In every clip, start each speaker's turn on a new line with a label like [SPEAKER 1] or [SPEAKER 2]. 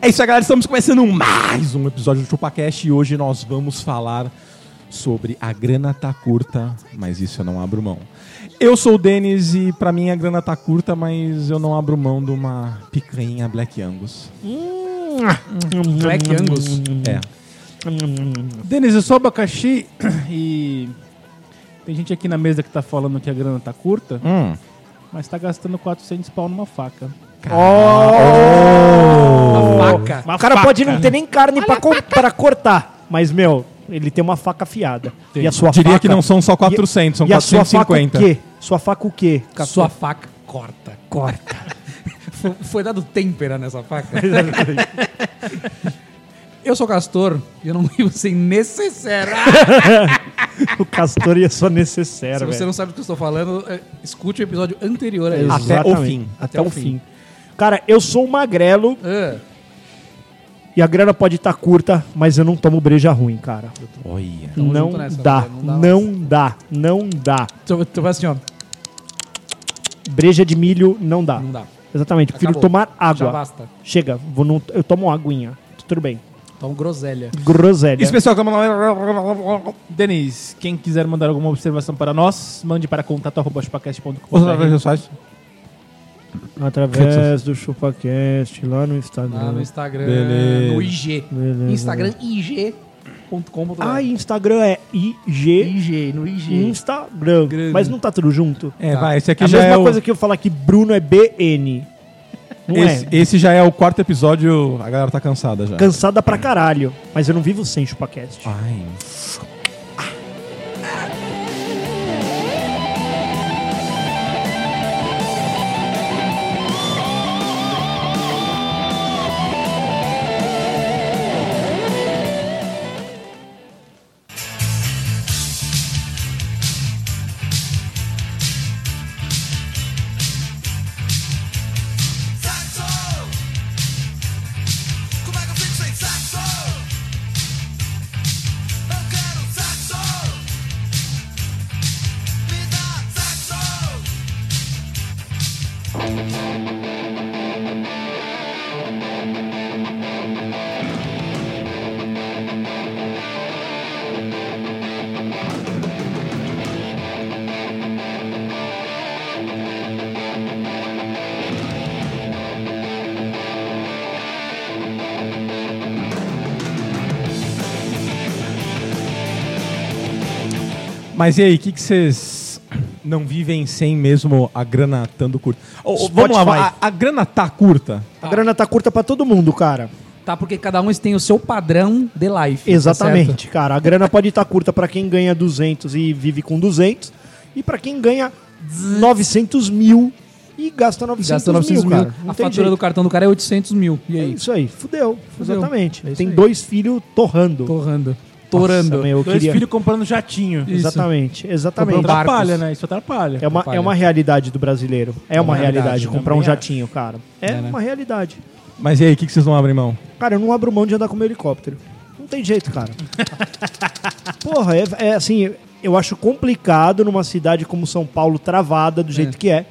[SPEAKER 1] É isso aí, galera. Estamos começando mais um episódio do ChupaCast e hoje nós vamos falar sobre a grana tá curta, mas isso eu não abro mão. Eu sou o Denis e pra mim a grana tá curta, mas eu não abro mão de uma picanha Black Angus.
[SPEAKER 2] Black Angus.
[SPEAKER 1] É.
[SPEAKER 2] Denis, eu sou abacaxi e tem gente aqui na mesa que tá falando que a grana tá curta,
[SPEAKER 1] Hum.
[SPEAKER 2] mas tá gastando 400 pau numa faca.
[SPEAKER 3] Uma faca.
[SPEAKER 2] Uma
[SPEAKER 3] o cara
[SPEAKER 2] faca.
[SPEAKER 3] pode não ter nem carne pra, co- pra cortar, mas, meu, ele tem uma faca afiada. E a sua
[SPEAKER 1] Diria
[SPEAKER 3] faca...
[SPEAKER 1] que não são só 400, são
[SPEAKER 3] e a sua faca o
[SPEAKER 1] 450.
[SPEAKER 3] quê? Sua faca o quê?
[SPEAKER 4] Com a sua faca, corta, corta. Foi- Foi dado têmpera nessa faca. eu sou castor e eu não vivo sem necessário.
[SPEAKER 3] O castor ia é só
[SPEAKER 4] Se
[SPEAKER 3] necessário,
[SPEAKER 4] você
[SPEAKER 3] velho.
[SPEAKER 4] não sabe do que eu estou falando, é, escute o episódio anterior a esse.
[SPEAKER 1] Exato. Até o
[SPEAKER 3] Exatamente.
[SPEAKER 1] fim.
[SPEAKER 3] Até, o fim. Cara, eu sou um magrelo
[SPEAKER 4] Ah,
[SPEAKER 3] e a grana pode estar curta, mas eu não tomo breja ruim, cara.
[SPEAKER 1] Olha.
[SPEAKER 4] Tamo
[SPEAKER 3] Não
[SPEAKER 4] junto nessa,
[SPEAKER 3] dá,
[SPEAKER 4] velho, não dá
[SPEAKER 3] não dá, não dá.
[SPEAKER 4] tu, tu vai assim, ó.
[SPEAKER 3] Breja de milho não dá.
[SPEAKER 4] Não dá.
[SPEAKER 3] Exatamente, prefiro
[SPEAKER 4] Acabou.
[SPEAKER 3] tomar água.
[SPEAKER 4] Já basta.
[SPEAKER 3] Chega, vou não- eu tomo aguinha. Tudo bem.
[SPEAKER 4] Toma Então, groselha.
[SPEAKER 3] Groselha.
[SPEAKER 1] Esse pessoal que eu
[SPEAKER 2] Denis, quem quiser mandar alguma observação para nós, mande para
[SPEAKER 1] Os redes
[SPEAKER 2] contato.chupacast.com.br
[SPEAKER 1] sociais.
[SPEAKER 3] Através do ChupaCast, lá no Instagram.
[SPEAKER 4] Lá no Instagram,
[SPEAKER 1] Beleza.
[SPEAKER 4] no IG.
[SPEAKER 3] Beleza.
[SPEAKER 4] Instagram IG.com.br.
[SPEAKER 3] Ah, e Instagram é IG
[SPEAKER 4] IG, no IG.
[SPEAKER 3] Instagram.
[SPEAKER 4] Grande.
[SPEAKER 3] Mas não tá tudo junto.
[SPEAKER 1] É,
[SPEAKER 4] Tá.
[SPEAKER 1] vai, esse aqui
[SPEAKER 3] a
[SPEAKER 1] já
[SPEAKER 3] mesma
[SPEAKER 1] é o...
[SPEAKER 3] coisa que eu falar que Bruno é BN. Não
[SPEAKER 1] esse,
[SPEAKER 3] é.
[SPEAKER 1] esse já é o quarto episódio, a galera tá cansada já.
[SPEAKER 3] Cansada pra caralho. Mas eu não vivo sem ChupaCast.
[SPEAKER 1] Ai.
[SPEAKER 5] Saxo! Como é que eu fico sem saxo? Eu quero saxo! Me dá saxo!
[SPEAKER 1] Mas e aí, o que que vocês não vivem sem mesmo a grana estando curta? Ô, ô, vamos lá,
[SPEAKER 3] Spotify.
[SPEAKER 1] va- a, a grana tá curta?
[SPEAKER 3] A grana tá curta pra todo mundo, cara.
[SPEAKER 4] Tá, porque cada um tem o seu padrão de life. tá certo?
[SPEAKER 3] Exatamente, cara. A grana pode estar curta pra quem ganha 200 e vive com 200. E pra quem ganha 900 mil e gasta 900,
[SPEAKER 4] Gasta 900 mil.
[SPEAKER 3] mil, cara. Não
[SPEAKER 4] a
[SPEAKER 3] tem
[SPEAKER 4] fatura
[SPEAKER 3] jeito.
[SPEAKER 4] do cartão do cara é 800 mil. E
[SPEAKER 3] É
[SPEAKER 4] aí?
[SPEAKER 3] isso aí, fudeu.
[SPEAKER 4] Fudeu.
[SPEAKER 3] Exatamente.
[SPEAKER 4] É isso
[SPEAKER 3] Tem
[SPEAKER 4] aí.
[SPEAKER 3] dois filhos torrando.
[SPEAKER 4] Torrando. Torando.
[SPEAKER 3] Nossa, meu, eu
[SPEAKER 2] Dois
[SPEAKER 3] queria...
[SPEAKER 2] filhos comprando jatinho.
[SPEAKER 4] Isso.
[SPEAKER 3] Exatamente,
[SPEAKER 2] Comprando
[SPEAKER 3] exatamente.
[SPEAKER 4] barco.
[SPEAKER 2] atrapalha, né? Isso atrapalha.
[SPEAKER 3] É uma, é uma realidade do brasileiro. É uma realidade,
[SPEAKER 2] realidade,
[SPEAKER 3] comprar um
[SPEAKER 2] também
[SPEAKER 3] jatinho, cara. É,
[SPEAKER 4] né? É, né?
[SPEAKER 3] uma realidade.
[SPEAKER 1] Mas e aí, o que que vocês não abrem mão?
[SPEAKER 3] Cara, eu não abro mão de andar com meu helicóptero. Não tem jeito, cara. Porra, é, é assim, eu acho complicado numa cidade como São Paulo, travada do jeito que é.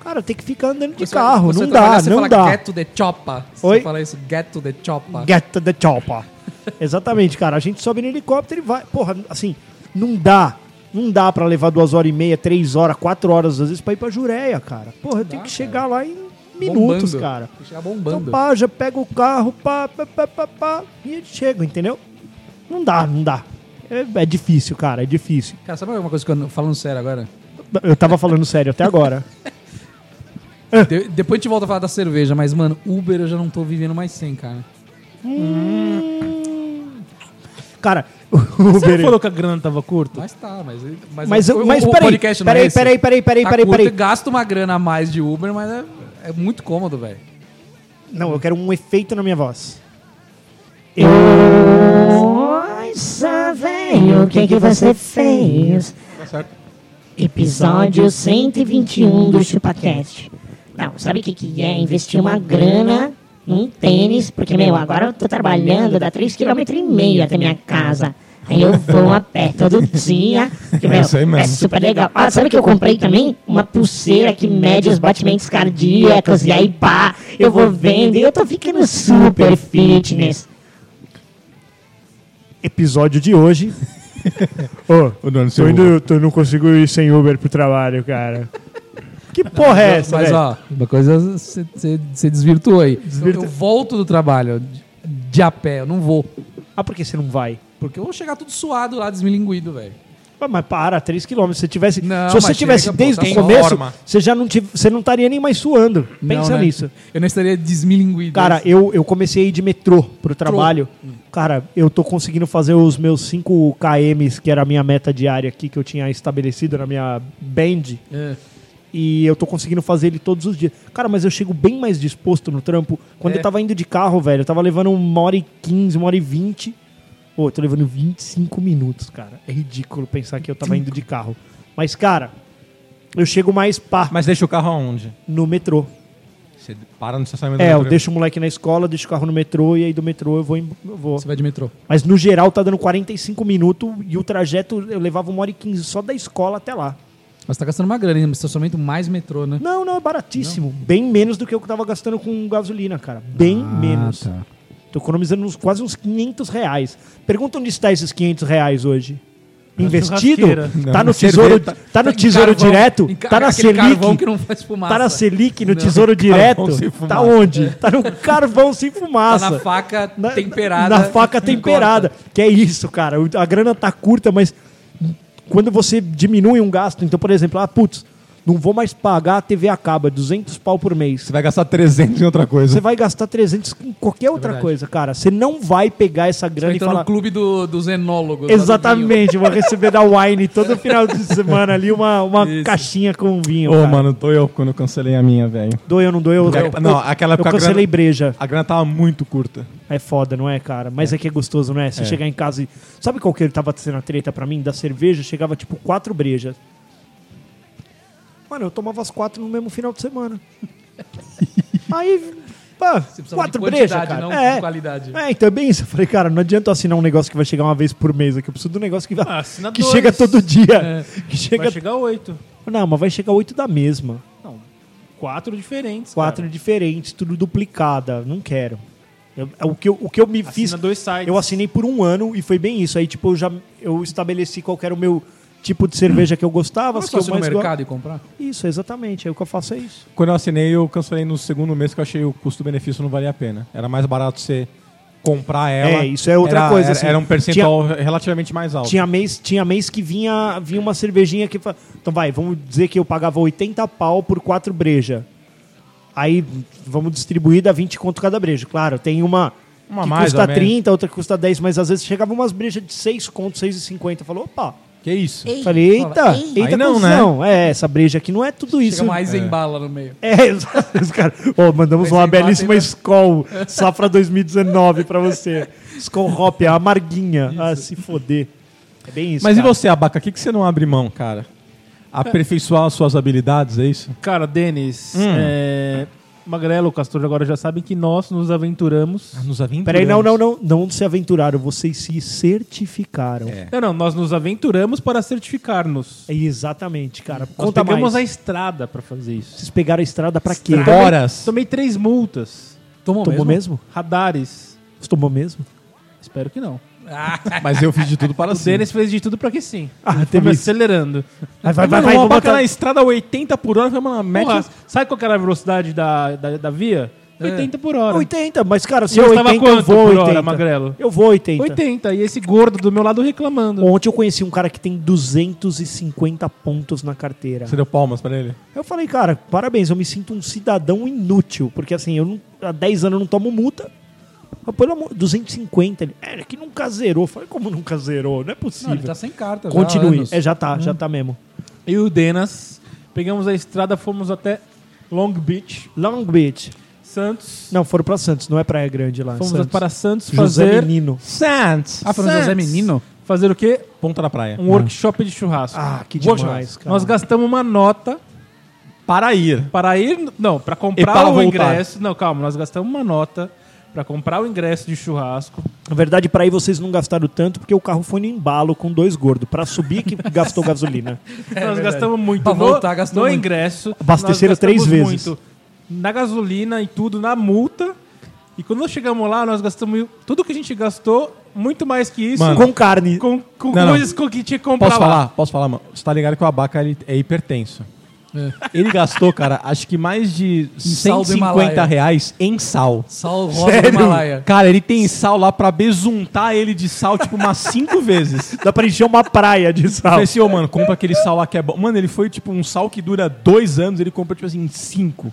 [SPEAKER 3] Cara, tem que ficar andando de
[SPEAKER 4] Você-
[SPEAKER 3] carro.
[SPEAKER 4] você
[SPEAKER 3] Não
[SPEAKER 4] trabalha,
[SPEAKER 3] dá,
[SPEAKER 4] você
[SPEAKER 3] não
[SPEAKER 4] fala
[SPEAKER 3] dá.
[SPEAKER 4] Get to the chopper.
[SPEAKER 3] Oi?
[SPEAKER 4] Você fala isso, get to the chopper.
[SPEAKER 3] Get to the chopper. Exatamente, cara. A gente sobe no helicóptero e vai. Porra, assim, não dá. Não dá pra levar duas horas e meia, três horas, quatro horas, às vezes, pra ir pra Jureia, cara. Porra, eu tenho que chegar lá em minutos,
[SPEAKER 4] Bombando.
[SPEAKER 3] cara.
[SPEAKER 4] Tem que chegar
[SPEAKER 3] Então,
[SPEAKER 4] bombando.
[SPEAKER 3] pá, já pega o carro, pá, pá, pá, pá, pá, e chega, entendeu? Não dá, não dá. É, é difícil, cara, é difícil.
[SPEAKER 4] Cara, sabe uma coisa que eu não- falando sério agora?
[SPEAKER 3] Eu tava falando sério até agora.
[SPEAKER 4] De- depois a gente volta a falar da cerveja, mas, mano, Uber eu já não tô vivendo mais sem, cara.
[SPEAKER 3] Cara, o
[SPEAKER 2] Você
[SPEAKER 3] Uber.
[SPEAKER 2] não falou que a grana tava curta?
[SPEAKER 4] Mas tá, mas. Mas,
[SPEAKER 3] Mas,
[SPEAKER 4] o,
[SPEAKER 3] mas
[SPEAKER 4] o- o
[SPEAKER 3] peraí,
[SPEAKER 4] podcast não é
[SPEAKER 3] peraí,
[SPEAKER 4] esse.
[SPEAKER 3] peraí, peraí, peraí,
[SPEAKER 4] Tá
[SPEAKER 3] peraí,
[SPEAKER 4] curto,
[SPEAKER 3] peraí.
[SPEAKER 4] Gasta uma grana a mais de Uber, mas é, é muito cômodo, velho.
[SPEAKER 3] Não, eu quero um efeito na minha voz.
[SPEAKER 6] Nossa, velho, o que, que você fez?
[SPEAKER 1] Tá
[SPEAKER 6] Episódio 121 do ChupaCast. Não, sabe o que, que é? Investir uma grana num tênis, porque, meu, agora eu tô trabalhando, dá 3,5km até minha casa. Aí eu vou a pé todo dia, que, meu,
[SPEAKER 1] É isso aí mesmo.
[SPEAKER 6] é super legal. Ah, sabe o que eu comprei também? Uma pulseira que mede os batimentos cardíacos, e aí pá, eu vou vendo e eu tô ficando super fitness.
[SPEAKER 3] Episódio de hoje. Ô,
[SPEAKER 1] Ô, Dona,
[SPEAKER 3] tô
[SPEAKER 1] seu
[SPEAKER 3] indo, tô, não consigo ir sem Uber pro trabalho, cara. Que porra é essa,
[SPEAKER 4] Mas,
[SPEAKER 3] velho?
[SPEAKER 4] ó, uma coisa você desvirtuou aí. Eu, eu volto do trabalho de, de a pé, eu não vou.
[SPEAKER 3] Ah, por que você não vai?
[SPEAKER 4] Porque eu vou chegar tudo suado lá, desmilinguido, velho.
[SPEAKER 3] Ah, Mas para, 3km. Se, você tivesse,
[SPEAKER 4] Não,
[SPEAKER 3] se você
[SPEAKER 4] mas
[SPEAKER 3] tivesse
[SPEAKER 4] chega, pô,
[SPEAKER 3] desde
[SPEAKER 4] tá
[SPEAKER 3] o
[SPEAKER 4] só
[SPEAKER 3] começo,
[SPEAKER 1] forma.
[SPEAKER 3] você já não, tive, você não estaria nem mais suando. Pensa
[SPEAKER 4] Não, né?
[SPEAKER 3] nisso.
[SPEAKER 4] Eu não estaria desmilinguido.
[SPEAKER 3] Cara, eu, eu comecei a ir de metrô pro trabalho. Cara, eu tô conseguindo fazer os meus 5 KMs, que era a minha meta diária aqui, que eu tinha estabelecido na minha band.
[SPEAKER 4] É.
[SPEAKER 3] E eu tô conseguindo fazer ele todos os dias. Cara, mas eu chego bem mais disposto no trampo. Quando
[SPEAKER 4] É.
[SPEAKER 3] eu tava indo de carro, velho, eu tava levando uma hora e 15, uma hora e 20. Pô, eu tô levando 25 minutos, cara. É ridículo pensar que eu tava indo de carro. Mas, cara, eu chego mais pá
[SPEAKER 1] Mas deixa o carro aonde?
[SPEAKER 3] no metrô.
[SPEAKER 1] Você para no estacionamento
[SPEAKER 3] É,
[SPEAKER 1] do
[SPEAKER 3] eu
[SPEAKER 1] metrô.
[SPEAKER 3] deixo o moleque na escola, deixo o carro no metrô e aí do metrô eu vou. em- Eu vou.
[SPEAKER 4] Você vai de metrô.
[SPEAKER 3] Mas no geral tá dando 45 minutos e o trajeto eu levava uma hora e 15 só da escola até lá.
[SPEAKER 4] Mas tá gastando uma grana, hein? Estacionamento mais metrô, né?
[SPEAKER 3] Não, não, é baratíssimo. Bem menos do que eu tava gastando com gasolina, cara. Bem
[SPEAKER 4] Ah,
[SPEAKER 3] menos.
[SPEAKER 4] tá.
[SPEAKER 3] Tô economizando uns, quase uns 500 reais. Pergunta onde está esses 500 reais hoje. Investido?
[SPEAKER 2] churrasqueira.
[SPEAKER 3] tá
[SPEAKER 1] Não, na
[SPEAKER 3] no tesouro,
[SPEAKER 1] cerveja.
[SPEAKER 3] tá no
[SPEAKER 4] Em
[SPEAKER 3] tesouro
[SPEAKER 4] carvão,
[SPEAKER 3] direto?
[SPEAKER 4] em ca-
[SPEAKER 3] Tá na
[SPEAKER 4] aquele carvão
[SPEAKER 3] Selic?
[SPEAKER 4] que não faz fumaça.
[SPEAKER 3] Tá na Selic, no
[SPEAKER 4] Não.
[SPEAKER 3] tesouro direto?
[SPEAKER 1] sem
[SPEAKER 3] Tá
[SPEAKER 1] fumaça.
[SPEAKER 3] onde? Tá no carvão sem
[SPEAKER 4] Tá
[SPEAKER 3] fumaça.
[SPEAKER 4] na faca
[SPEAKER 3] Na-
[SPEAKER 4] temperada. né?
[SPEAKER 3] Na faca
[SPEAKER 4] Corta.
[SPEAKER 3] temperada. Que é isso, cara. O- A grana tá curta, mas quando você diminui um gasto, então, por exemplo, ah, putz, não vou mais pagar a TV acaba, 200 pau por mês.
[SPEAKER 1] Você vai gastar 300 em outra coisa.
[SPEAKER 3] Você vai gastar 300 em qualquer outra
[SPEAKER 4] É verdade. coisa,
[SPEAKER 3] coisa, cara. Você não vai pegar essa
[SPEAKER 4] Vai
[SPEAKER 3] grana e
[SPEAKER 4] entrar
[SPEAKER 3] falar.
[SPEAKER 4] no clube do- dos enólogos. lá do vinho.
[SPEAKER 3] Exatamente, vou receber da Wine todo final de semana ali uma, uma caixinha com vinho.
[SPEAKER 1] Ô,
[SPEAKER 3] cara.
[SPEAKER 1] mano, doeu quando eu cancelei a minha, velho.
[SPEAKER 3] Doeu, não doeu?
[SPEAKER 1] Não,
[SPEAKER 3] Eu-
[SPEAKER 1] não, aquela
[SPEAKER 3] Eu
[SPEAKER 1] época a grana-
[SPEAKER 3] cancelei breja.
[SPEAKER 1] A grana tava muito curta.
[SPEAKER 3] É foda, não é, cara? Mas é, que é gostoso, não é? Você chegar em casa e. Sabe qual que tava sendo a treta pra mim? Da cerveja, chegava tipo quatro brejas. Mano, eu tomava as quatro no mesmo final de semana. Aí. Pá,
[SPEAKER 4] precisava de
[SPEAKER 3] quatro
[SPEAKER 4] quantidade,
[SPEAKER 3] brejas, cara.
[SPEAKER 4] não de
[SPEAKER 3] é.
[SPEAKER 4] qualidade.
[SPEAKER 3] É, então é bem isso. Eu falei, cara, não adianta eu assinar um negócio que vai chegar uma vez por mês aqui. Eu preciso de um negócio que, vai,
[SPEAKER 1] Ah,
[SPEAKER 4] Ah,
[SPEAKER 2] assina
[SPEAKER 3] que
[SPEAKER 2] dois.
[SPEAKER 3] chega todo
[SPEAKER 4] É.
[SPEAKER 3] dia. Que chega...
[SPEAKER 2] Vai chegar oito.
[SPEAKER 3] Não, mas vai chegar oito da mesma.
[SPEAKER 2] Quatro diferentes.
[SPEAKER 4] É.
[SPEAKER 3] Quatro
[SPEAKER 2] cara.
[SPEAKER 3] diferentes, tudo duplicada. Não quero. Eu- é o, que eu, o que eu me
[SPEAKER 2] Assina
[SPEAKER 3] fiz.
[SPEAKER 2] dois sites.
[SPEAKER 3] Eu assinei por um ano e foi bem isso. Aí, tipo, eu já eu estabeleci qual que era o meu tipo de cerveja que eu gostava,
[SPEAKER 4] Não é
[SPEAKER 3] as que
[SPEAKER 4] só
[SPEAKER 3] eu
[SPEAKER 4] ir no
[SPEAKER 3] mais gostava.
[SPEAKER 4] mercado e comprar?
[SPEAKER 3] Isso, exatamente. Aí o que eu faço é isso.
[SPEAKER 1] Quando eu assinei, eu cancelei no segundo mês que eu achei o custo-benefício não valia a pena. Era mais barato você comprar ela.
[SPEAKER 3] É, isso é outra
[SPEAKER 1] Era-
[SPEAKER 3] coisa,
[SPEAKER 1] Era,
[SPEAKER 3] assim.
[SPEAKER 1] era um percentual relativamente mais alto.
[SPEAKER 3] Tinha mês, tinha mês que vinha, vinha uma cervejinha que. fa- Então vai, vamos dizer que eu pagava 80 pau por quatro breja. Aí vamos distribuir dá 20 conto cada breja. Claro, tem uma,
[SPEAKER 1] Uma
[SPEAKER 3] que
[SPEAKER 1] mais
[SPEAKER 3] custa
[SPEAKER 1] ou menos.
[SPEAKER 3] 30, outra que custa 10, mas às vezes chegava umas brejas de 6 conto, 6,50. Falou, opa.
[SPEAKER 1] Que isso?
[SPEAKER 3] Falei, eita, eita,
[SPEAKER 1] Aí não, né?
[SPEAKER 3] cuzão. É, essa breja aqui não é tudo isso.
[SPEAKER 4] Chega mais em bala no meio.
[SPEAKER 3] É, exato, os caras. Ô, mandamos
[SPEAKER 4] Mas
[SPEAKER 3] uma
[SPEAKER 4] aí batem
[SPEAKER 3] belíssima
[SPEAKER 4] na-
[SPEAKER 3] Skol, safra 2019 pra você. Skol Hop, a amarguinha. Ah, se foder. É bem isso.
[SPEAKER 1] Mas e
[SPEAKER 3] cara.
[SPEAKER 1] você, Abaca? O que, que você não abre mão, cara? Aperfeiçoar as suas habilidades, é isso?
[SPEAKER 2] Cara, Denis,
[SPEAKER 3] Hum.
[SPEAKER 2] é, Magrelo, Castor agora já sabem que nós nos aventuramos.
[SPEAKER 1] Nos aventuramos.
[SPEAKER 3] Peraí, não, não, não. Não se aventuraram, vocês se certificaram. É.
[SPEAKER 2] Não, não, nós nos aventuramos para certificar-nos.
[SPEAKER 3] Exatamente, cara.
[SPEAKER 2] Nós
[SPEAKER 3] Conta
[SPEAKER 2] pegamos
[SPEAKER 3] mais.
[SPEAKER 2] a estrada para fazer isso.
[SPEAKER 3] Vocês pegaram a estrada pra quê?
[SPEAKER 1] Estrada. Horas.
[SPEAKER 2] Tomei três multas.
[SPEAKER 4] Tomou,
[SPEAKER 3] Tomou
[SPEAKER 4] mesmo?
[SPEAKER 3] mesmo?
[SPEAKER 2] Radares.
[SPEAKER 3] Você tomou mesmo?
[SPEAKER 2] Espero que não.
[SPEAKER 1] Mas eu fiz de tudo para
[SPEAKER 2] O
[SPEAKER 1] ser.
[SPEAKER 2] Denis fez de tudo para que sim.
[SPEAKER 3] assim. Ah,
[SPEAKER 2] Ele foi
[SPEAKER 3] teve
[SPEAKER 2] me
[SPEAKER 3] isso.
[SPEAKER 2] acelerando.
[SPEAKER 3] Vai, vai,
[SPEAKER 1] Mas,
[SPEAKER 3] vai,
[SPEAKER 1] mano,
[SPEAKER 3] vai.
[SPEAKER 1] uma
[SPEAKER 3] vamos
[SPEAKER 1] Abaca
[SPEAKER 3] botar-
[SPEAKER 1] na estrada 80 por hora, foi, mano, mete
[SPEAKER 2] Porra, sabe qual que era a velocidade da, da, da via?
[SPEAKER 3] É.
[SPEAKER 2] 80 por hora.
[SPEAKER 3] 80, mas cara,
[SPEAKER 2] E
[SPEAKER 3] se
[SPEAKER 2] eu
[SPEAKER 3] eu
[SPEAKER 2] estava
[SPEAKER 3] 80, eu
[SPEAKER 2] quanto
[SPEAKER 3] vou
[SPEAKER 2] por
[SPEAKER 3] 80.
[SPEAKER 2] hora, magrelo?
[SPEAKER 3] Eu vou 80.
[SPEAKER 2] 80. E esse gordo do meu lado reclamando.
[SPEAKER 3] Ontem eu conheci um cara que tem 250 pontos na carteira.
[SPEAKER 1] Você deu palmas pra ele?
[SPEAKER 3] Eu falei, cara, parabéns, eu me sinto um cidadão inútil, porque assim, eu não- há 10 anos eu não tomo multa. Mas, pelo amor, 250. Ele, é, ele que nunca zerou. Eu falei, como nunca zerou? Não é
[SPEAKER 4] Não,
[SPEAKER 3] possível.
[SPEAKER 4] ele tá sem carta. Ah, já há
[SPEAKER 3] Continue.
[SPEAKER 4] anos.
[SPEAKER 3] É, já tá,
[SPEAKER 1] Hum.
[SPEAKER 3] já tá mesmo.
[SPEAKER 2] Eu E o Denas. Pegamos a estrada, fomos até Long Beach,
[SPEAKER 3] Long Beach.
[SPEAKER 2] Santos.
[SPEAKER 3] Não, foram pra Santos, não é Praia Grande lá.
[SPEAKER 2] Fomos
[SPEAKER 3] Santos.
[SPEAKER 2] para Santos
[SPEAKER 3] José
[SPEAKER 2] fazer.
[SPEAKER 3] Menino.
[SPEAKER 1] Santos!
[SPEAKER 4] Ah, Franz José Menino?
[SPEAKER 2] Fazer o quê?
[SPEAKER 1] Ponta da praia.
[SPEAKER 2] Um workshop de churrasco.
[SPEAKER 3] Ah, que
[SPEAKER 2] Workshop.
[SPEAKER 3] demais, cara.
[SPEAKER 2] Nós gastamos uma nota
[SPEAKER 3] Um
[SPEAKER 1] Para ir.
[SPEAKER 2] para ir. Não, para comprar
[SPEAKER 1] para
[SPEAKER 2] o
[SPEAKER 1] voltar.
[SPEAKER 2] ingresso. Não, calma, nós gastamos uma nota para comprar o ingresso de churrasco.
[SPEAKER 3] Na verdade, pra ir vocês não gastaram tanto, porque o carro foi no embalo com dois gordos. Pra subir que gastou gasolina.
[SPEAKER 2] nós gastamos muito
[SPEAKER 4] É Pra
[SPEAKER 2] no,
[SPEAKER 4] voltar, gastou
[SPEAKER 2] no
[SPEAKER 4] muito.
[SPEAKER 2] ingresso.
[SPEAKER 3] Abasteceram
[SPEAKER 2] nós
[SPEAKER 3] três
[SPEAKER 2] gastamos
[SPEAKER 3] vezes.
[SPEAKER 2] muito na gasolina e tudo, na multa. E quando nós chegamos lá, nós gastamos tudo que a gente gastou, muito mais que isso.
[SPEAKER 1] Mano,
[SPEAKER 3] Com carne.
[SPEAKER 2] com, com
[SPEAKER 1] Não, não.
[SPEAKER 2] coisas com que tinha que comprar
[SPEAKER 1] Posso
[SPEAKER 2] lá.
[SPEAKER 1] falar? Posso falar, mano? Você tá ligado que o Abaca ele é hipertenso. Ele gastou, cara, acho que mais de
[SPEAKER 4] É. sal do
[SPEAKER 1] 150
[SPEAKER 4] Himalaia.
[SPEAKER 1] reais em sal.
[SPEAKER 4] Sal rosa do Himalaia.
[SPEAKER 1] Cara, ele tem sal lá pra besuntar ele de sal, tipo, umas cinco vezes.
[SPEAKER 3] Dá pra encher uma praia de
[SPEAKER 1] Eu
[SPEAKER 3] sal.
[SPEAKER 1] falei assim, ô, mano, compra aquele sal lá que é bom. Mano, ele foi, tipo, um sal que dura dois anos, ele comprou, tipo assim, cinco.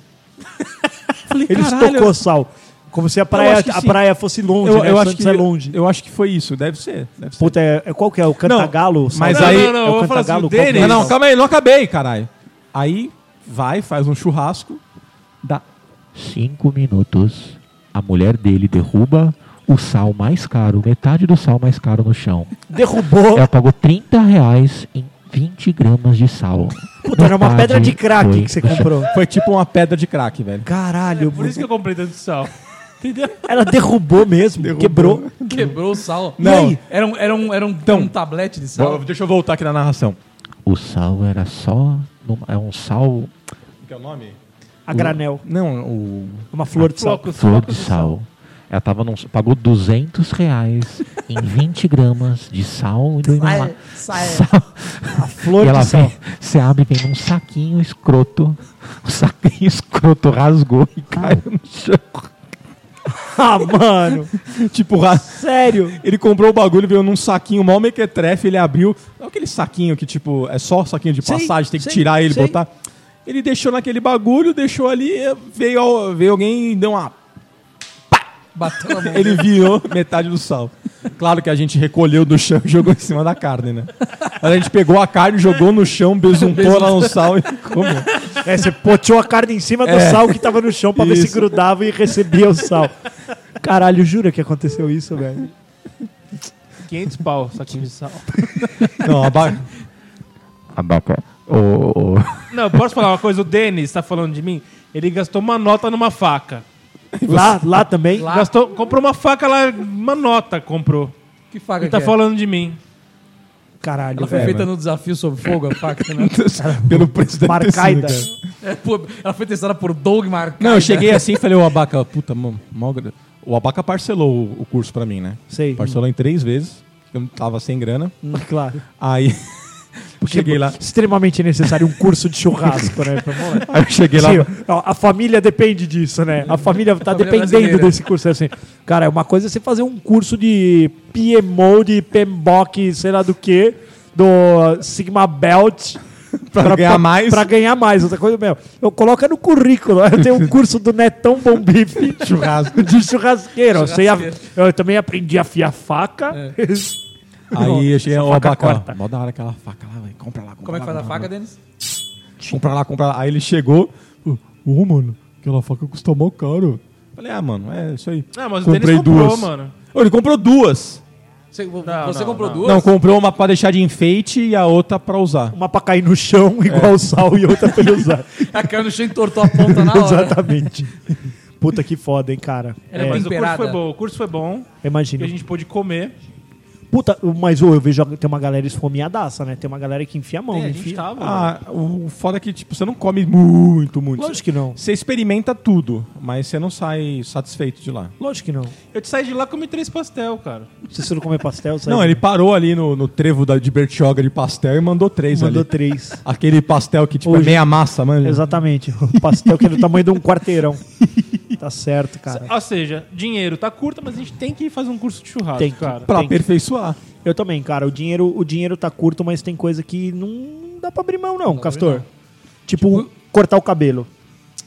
[SPEAKER 1] Falei,
[SPEAKER 3] Ele
[SPEAKER 1] caralho,
[SPEAKER 3] estocou sal. Como se a praia,
[SPEAKER 1] acho que
[SPEAKER 3] a
[SPEAKER 1] sim.
[SPEAKER 3] praia fosse longe,
[SPEAKER 1] eu,
[SPEAKER 3] né?
[SPEAKER 1] eu acho
[SPEAKER 3] Santos
[SPEAKER 1] que
[SPEAKER 3] é longe.
[SPEAKER 1] Eu acho que foi isso, deve ser. Deve ser.
[SPEAKER 3] Puta, é, é- qual que é? O Cantagalo? Sal-
[SPEAKER 1] mas
[SPEAKER 3] é
[SPEAKER 2] não,
[SPEAKER 1] aí-
[SPEAKER 2] não, não,
[SPEAKER 3] o
[SPEAKER 2] eu vou falar assim,
[SPEAKER 3] Cantagalo?
[SPEAKER 2] o
[SPEAKER 3] Qual que é?
[SPEAKER 2] Denis,
[SPEAKER 1] Não, não, calma aí, não acabei, caralho. Aí vai, faz um churrasco, dá
[SPEAKER 7] Cinco minutos, a mulher dele derruba o sal mais caro, metade do sal mais caro no chão.
[SPEAKER 3] Derrubou.
[SPEAKER 7] Ela pagou 30 reais em 20 gramas de sal.
[SPEAKER 3] Puta, era uma
[SPEAKER 7] Metade
[SPEAKER 3] pedra de crack
[SPEAKER 7] foi
[SPEAKER 3] que você
[SPEAKER 7] no chão.
[SPEAKER 3] comprou.
[SPEAKER 1] Foi tipo uma pedra de crack, velho.
[SPEAKER 3] Caralho,
[SPEAKER 2] Por isso que eu comprei tanto sal. Entendeu?
[SPEAKER 3] ela derrubou mesmo, quebrou.
[SPEAKER 4] Quebrou o sal.
[SPEAKER 1] Não.
[SPEAKER 4] E aí? Era um, era um, era um, um tablete de
[SPEAKER 3] Então-
[SPEAKER 1] Bom,
[SPEAKER 4] sal.
[SPEAKER 1] Deixa eu voltar aqui na narração.
[SPEAKER 7] O sal era só. numa- É um sal.
[SPEAKER 1] Que é o nome?
[SPEAKER 3] A granel.
[SPEAKER 1] Não, o.
[SPEAKER 3] Uma flor de sal.
[SPEAKER 2] Flocos,
[SPEAKER 7] Flor de
[SPEAKER 2] flocos
[SPEAKER 7] sal. Ela tava num, pagou 200 reais em 20 gramas de sal e do Himalaia.
[SPEAKER 8] Ah,
[SPEAKER 3] A flor
[SPEAKER 7] e ela
[SPEAKER 3] de sal.
[SPEAKER 7] vem, você abre vem num saquinho escroto. O saquinho escroto rasgou e caiu no chão.
[SPEAKER 3] Ah, mano.
[SPEAKER 1] Tipo, ra-
[SPEAKER 3] Sério.
[SPEAKER 1] ele comprou o bagulho, veio num saquinho mal mequetrefe, ele abriu. Não aquele saquinho que, tipo, é só saquinho de
[SPEAKER 3] Sei,
[SPEAKER 1] passagem, tem que
[SPEAKER 3] sei,
[SPEAKER 1] tirar ele,
[SPEAKER 3] sei.
[SPEAKER 1] botar. Ele deixou naquele bagulho, deixou ali, veio, al- veio alguém e deu uma.
[SPEAKER 4] Bateu a mão.
[SPEAKER 1] Ele virou metade do sal. Claro que a gente recolheu do chão e jogou em cima da carne, né? Mas a gente pegou a carne, jogou no chão, besuntou lá no sal e comeu.
[SPEAKER 3] É, você poteou a carne em cima do sal que tava no chão pra ver se
[SPEAKER 1] Isso.
[SPEAKER 3] grudava e recebia o sal. Caralho, jura que aconteceu isso, velho?
[SPEAKER 2] 500 pau, saquinho de sal.
[SPEAKER 1] Não, a ba...
[SPEAKER 7] Abaca. Ô, ô,
[SPEAKER 2] Não, posso falar uma coisa? O Denis tá falando de mim? Ele gastou uma nota numa faca.
[SPEAKER 3] Lá, lá também?
[SPEAKER 4] Lá.
[SPEAKER 2] Gastou, comprou uma faca lá, uma nota comprou.
[SPEAKER 4] Que faca
[SPEAKER 2] Ele tá
[SPEAKER 4] que é?
[SPEAKER 2] falando de mim.
[SPEAKER 3] Caralho,
[SPEAKER 4] Ela foi
[SPEAKER 3] velho.
[SPEAKER 4] feita no desafio sobre fogo, a faca, né?
[SPEAKER 1] pelo preço da
[SPEAKER 3] Marcaida.
[SPEAKER 4] É, pô, Ela foi testada por Doug Marcada.
[SPEAKER 1] Não, eu cheguei assim e falei, o Abaca, puta, mano, mal gra- o Abaca parcelou o- o curso pra mim, né?
[SPEAKER 3] Sei.
[SPEAKER 1] Parcelou em três vezes, eu tava sem grana.
[SPEAKER 3] Hum, Claro.
[SPEAKER 1] Aí cheguei lá.
[SPEAKER 3] Tipo, Extremamente necessário um curso de churrasco, né? Pra moleque.
[SPEAKER 1] Aí eu cheguei lá.
[SPEAKER 3] Sim, ó, a família depende disso, né? A família tá
[SPEAKER 4] família
[SPEAKER 3] dependendo
[SPEAKER 4] brasileira.
[SPEAKER 3] desse curso. Assim, cara, uma coisa é você fazer um curso de PMO, de PMBOK, sei lá do que, do Sigma Belt.
[SPEAKER 1] Pra ganhar mais.
[SPEAKER 3] Pra ganhar mais. Outra coisa, meu, eu coloco é no currículo. Eu tenho um curso do Netão Bom Bife
[SPEAKER 1] Churrasco.
[SPEAKER 3] de churrasqueiro. Eu, sei a- eu também aprendi a afiar
[SPEAKER 4] É.
[SPEAKER 3] faca.
[SPEAKER 1] Aí eu cheguei,
[SPEAKER 3] Essa
[SPEAKER 1] o
[SPEAKER 3] faca
[SPEAKER 1] Abaca, ó,
[SPEAKER 3] corta.
[SPEAKER 1] mó da hora aquela faca lá, velho. Compra lá, compra
[SPEAKER 4] Como é que
[SPEAKER 1] lá,
[SPEAKER 4] faz a
[SPEAKER 1] compra lá,
[SPEAKER 4] faca, Denis?
[SPEAKER 1] Compra lá, compra lá. Aí ele chegou, ô, ô, mano, aquela faca custa mal caro. Falei, ah, mano, é isso aí.
[SPEAKER 2] Ah, mas o Denis comprou, mano.
[SPEAKER 1] Ô, ele comprou duas.
[SPEAKER 4] Você,
[SPEAKER 2] Não,
[SPEAKER 4] você
[SPEAKER 2] não,
[SPEAKER 4] comprou
[SPEAKER 2] não.
[SPEAKER 4] duas?
[SPEAKER 1] Não, comprou uma pra deixar de enfeite e a outra pra usar.
[SPEAKER 3] Uma pra cair no chão,
[SPEAKER 4] É.
[SPEAKER 3] igual o sal, e outra pra ele usar.
[SPEAKER 4] A cara no chão entortou a ponta na hora.
[SPEAKER 3] Exatamente. Puta que foda, hein, cara.
[SPEAKER 4] Era
[SPEAKER 3] É,
[SPEAKER 4] mais
[SPEAKER 2] Mas o curso
[SPEAKER 4] temperada.
[SPEAKER 2] foi bom. O curso foi bom. Porque
[SPEAKER 3] imagina.
[SPEAKER 2] a gente pôde comer.
[SPEAKER 3] Puta, mas ô, eu vejo tem uma galera esfomeadaça, né? Tem uma galera que enfia a mão,
[SPEAKER 2] É, a gente
[SPEAKER 3] enfia.
[SPEAKER 2] tava.
[SPEAKER 1] Ah, o foda é que, tipo, você não come muito, muito.
[SPEAKER 3] Lógico que não.
[SPEAKER 1] Você experimenta tudo, mas você não sai satisfeito de lá.
[SPEAKER 3] Lógico que não.
[SPEAKER 2] Eu te saí de lá e comi três pastel, cara.
[SPEAKER 3] Se você não comer pastel, sai.
[SPEAKER 1] Não, ele parou ali no, no trevo da, de Bertioga de pastel e mandou três
[SPEAKER 3] Um mandou
[SPEAKER 1] ali.
[SPEAKER 3] três.
[SPEAKER 1] Aquele pastel que, tipo, é
[SPEAKER 3] Hoje.
[SPEAKER 1] meia massa, mano.
[SPEAKER 3] Exatamente. O pastel que é do tamanho de um quarteirão. Tá certo, cara.
[SPEAKER 2] Ou seja, dinheiro tá curto, mas a gente tem que fazer um curso de churrasco,
[SPEAKER 3] Tem que.
[SPEAKER 2] cara.
[SPEAKER 1] Pra
[SPEAKER 3] Tem que-
[SPEAKER 1] aperfeiçoar.
[SPEAKER 3] Eu também, cara. O dinheiro, o dinheiro tá curto, mas tem coisa que não dá pra abrir mão, não, Castor. Tipo, cortar o cabelo.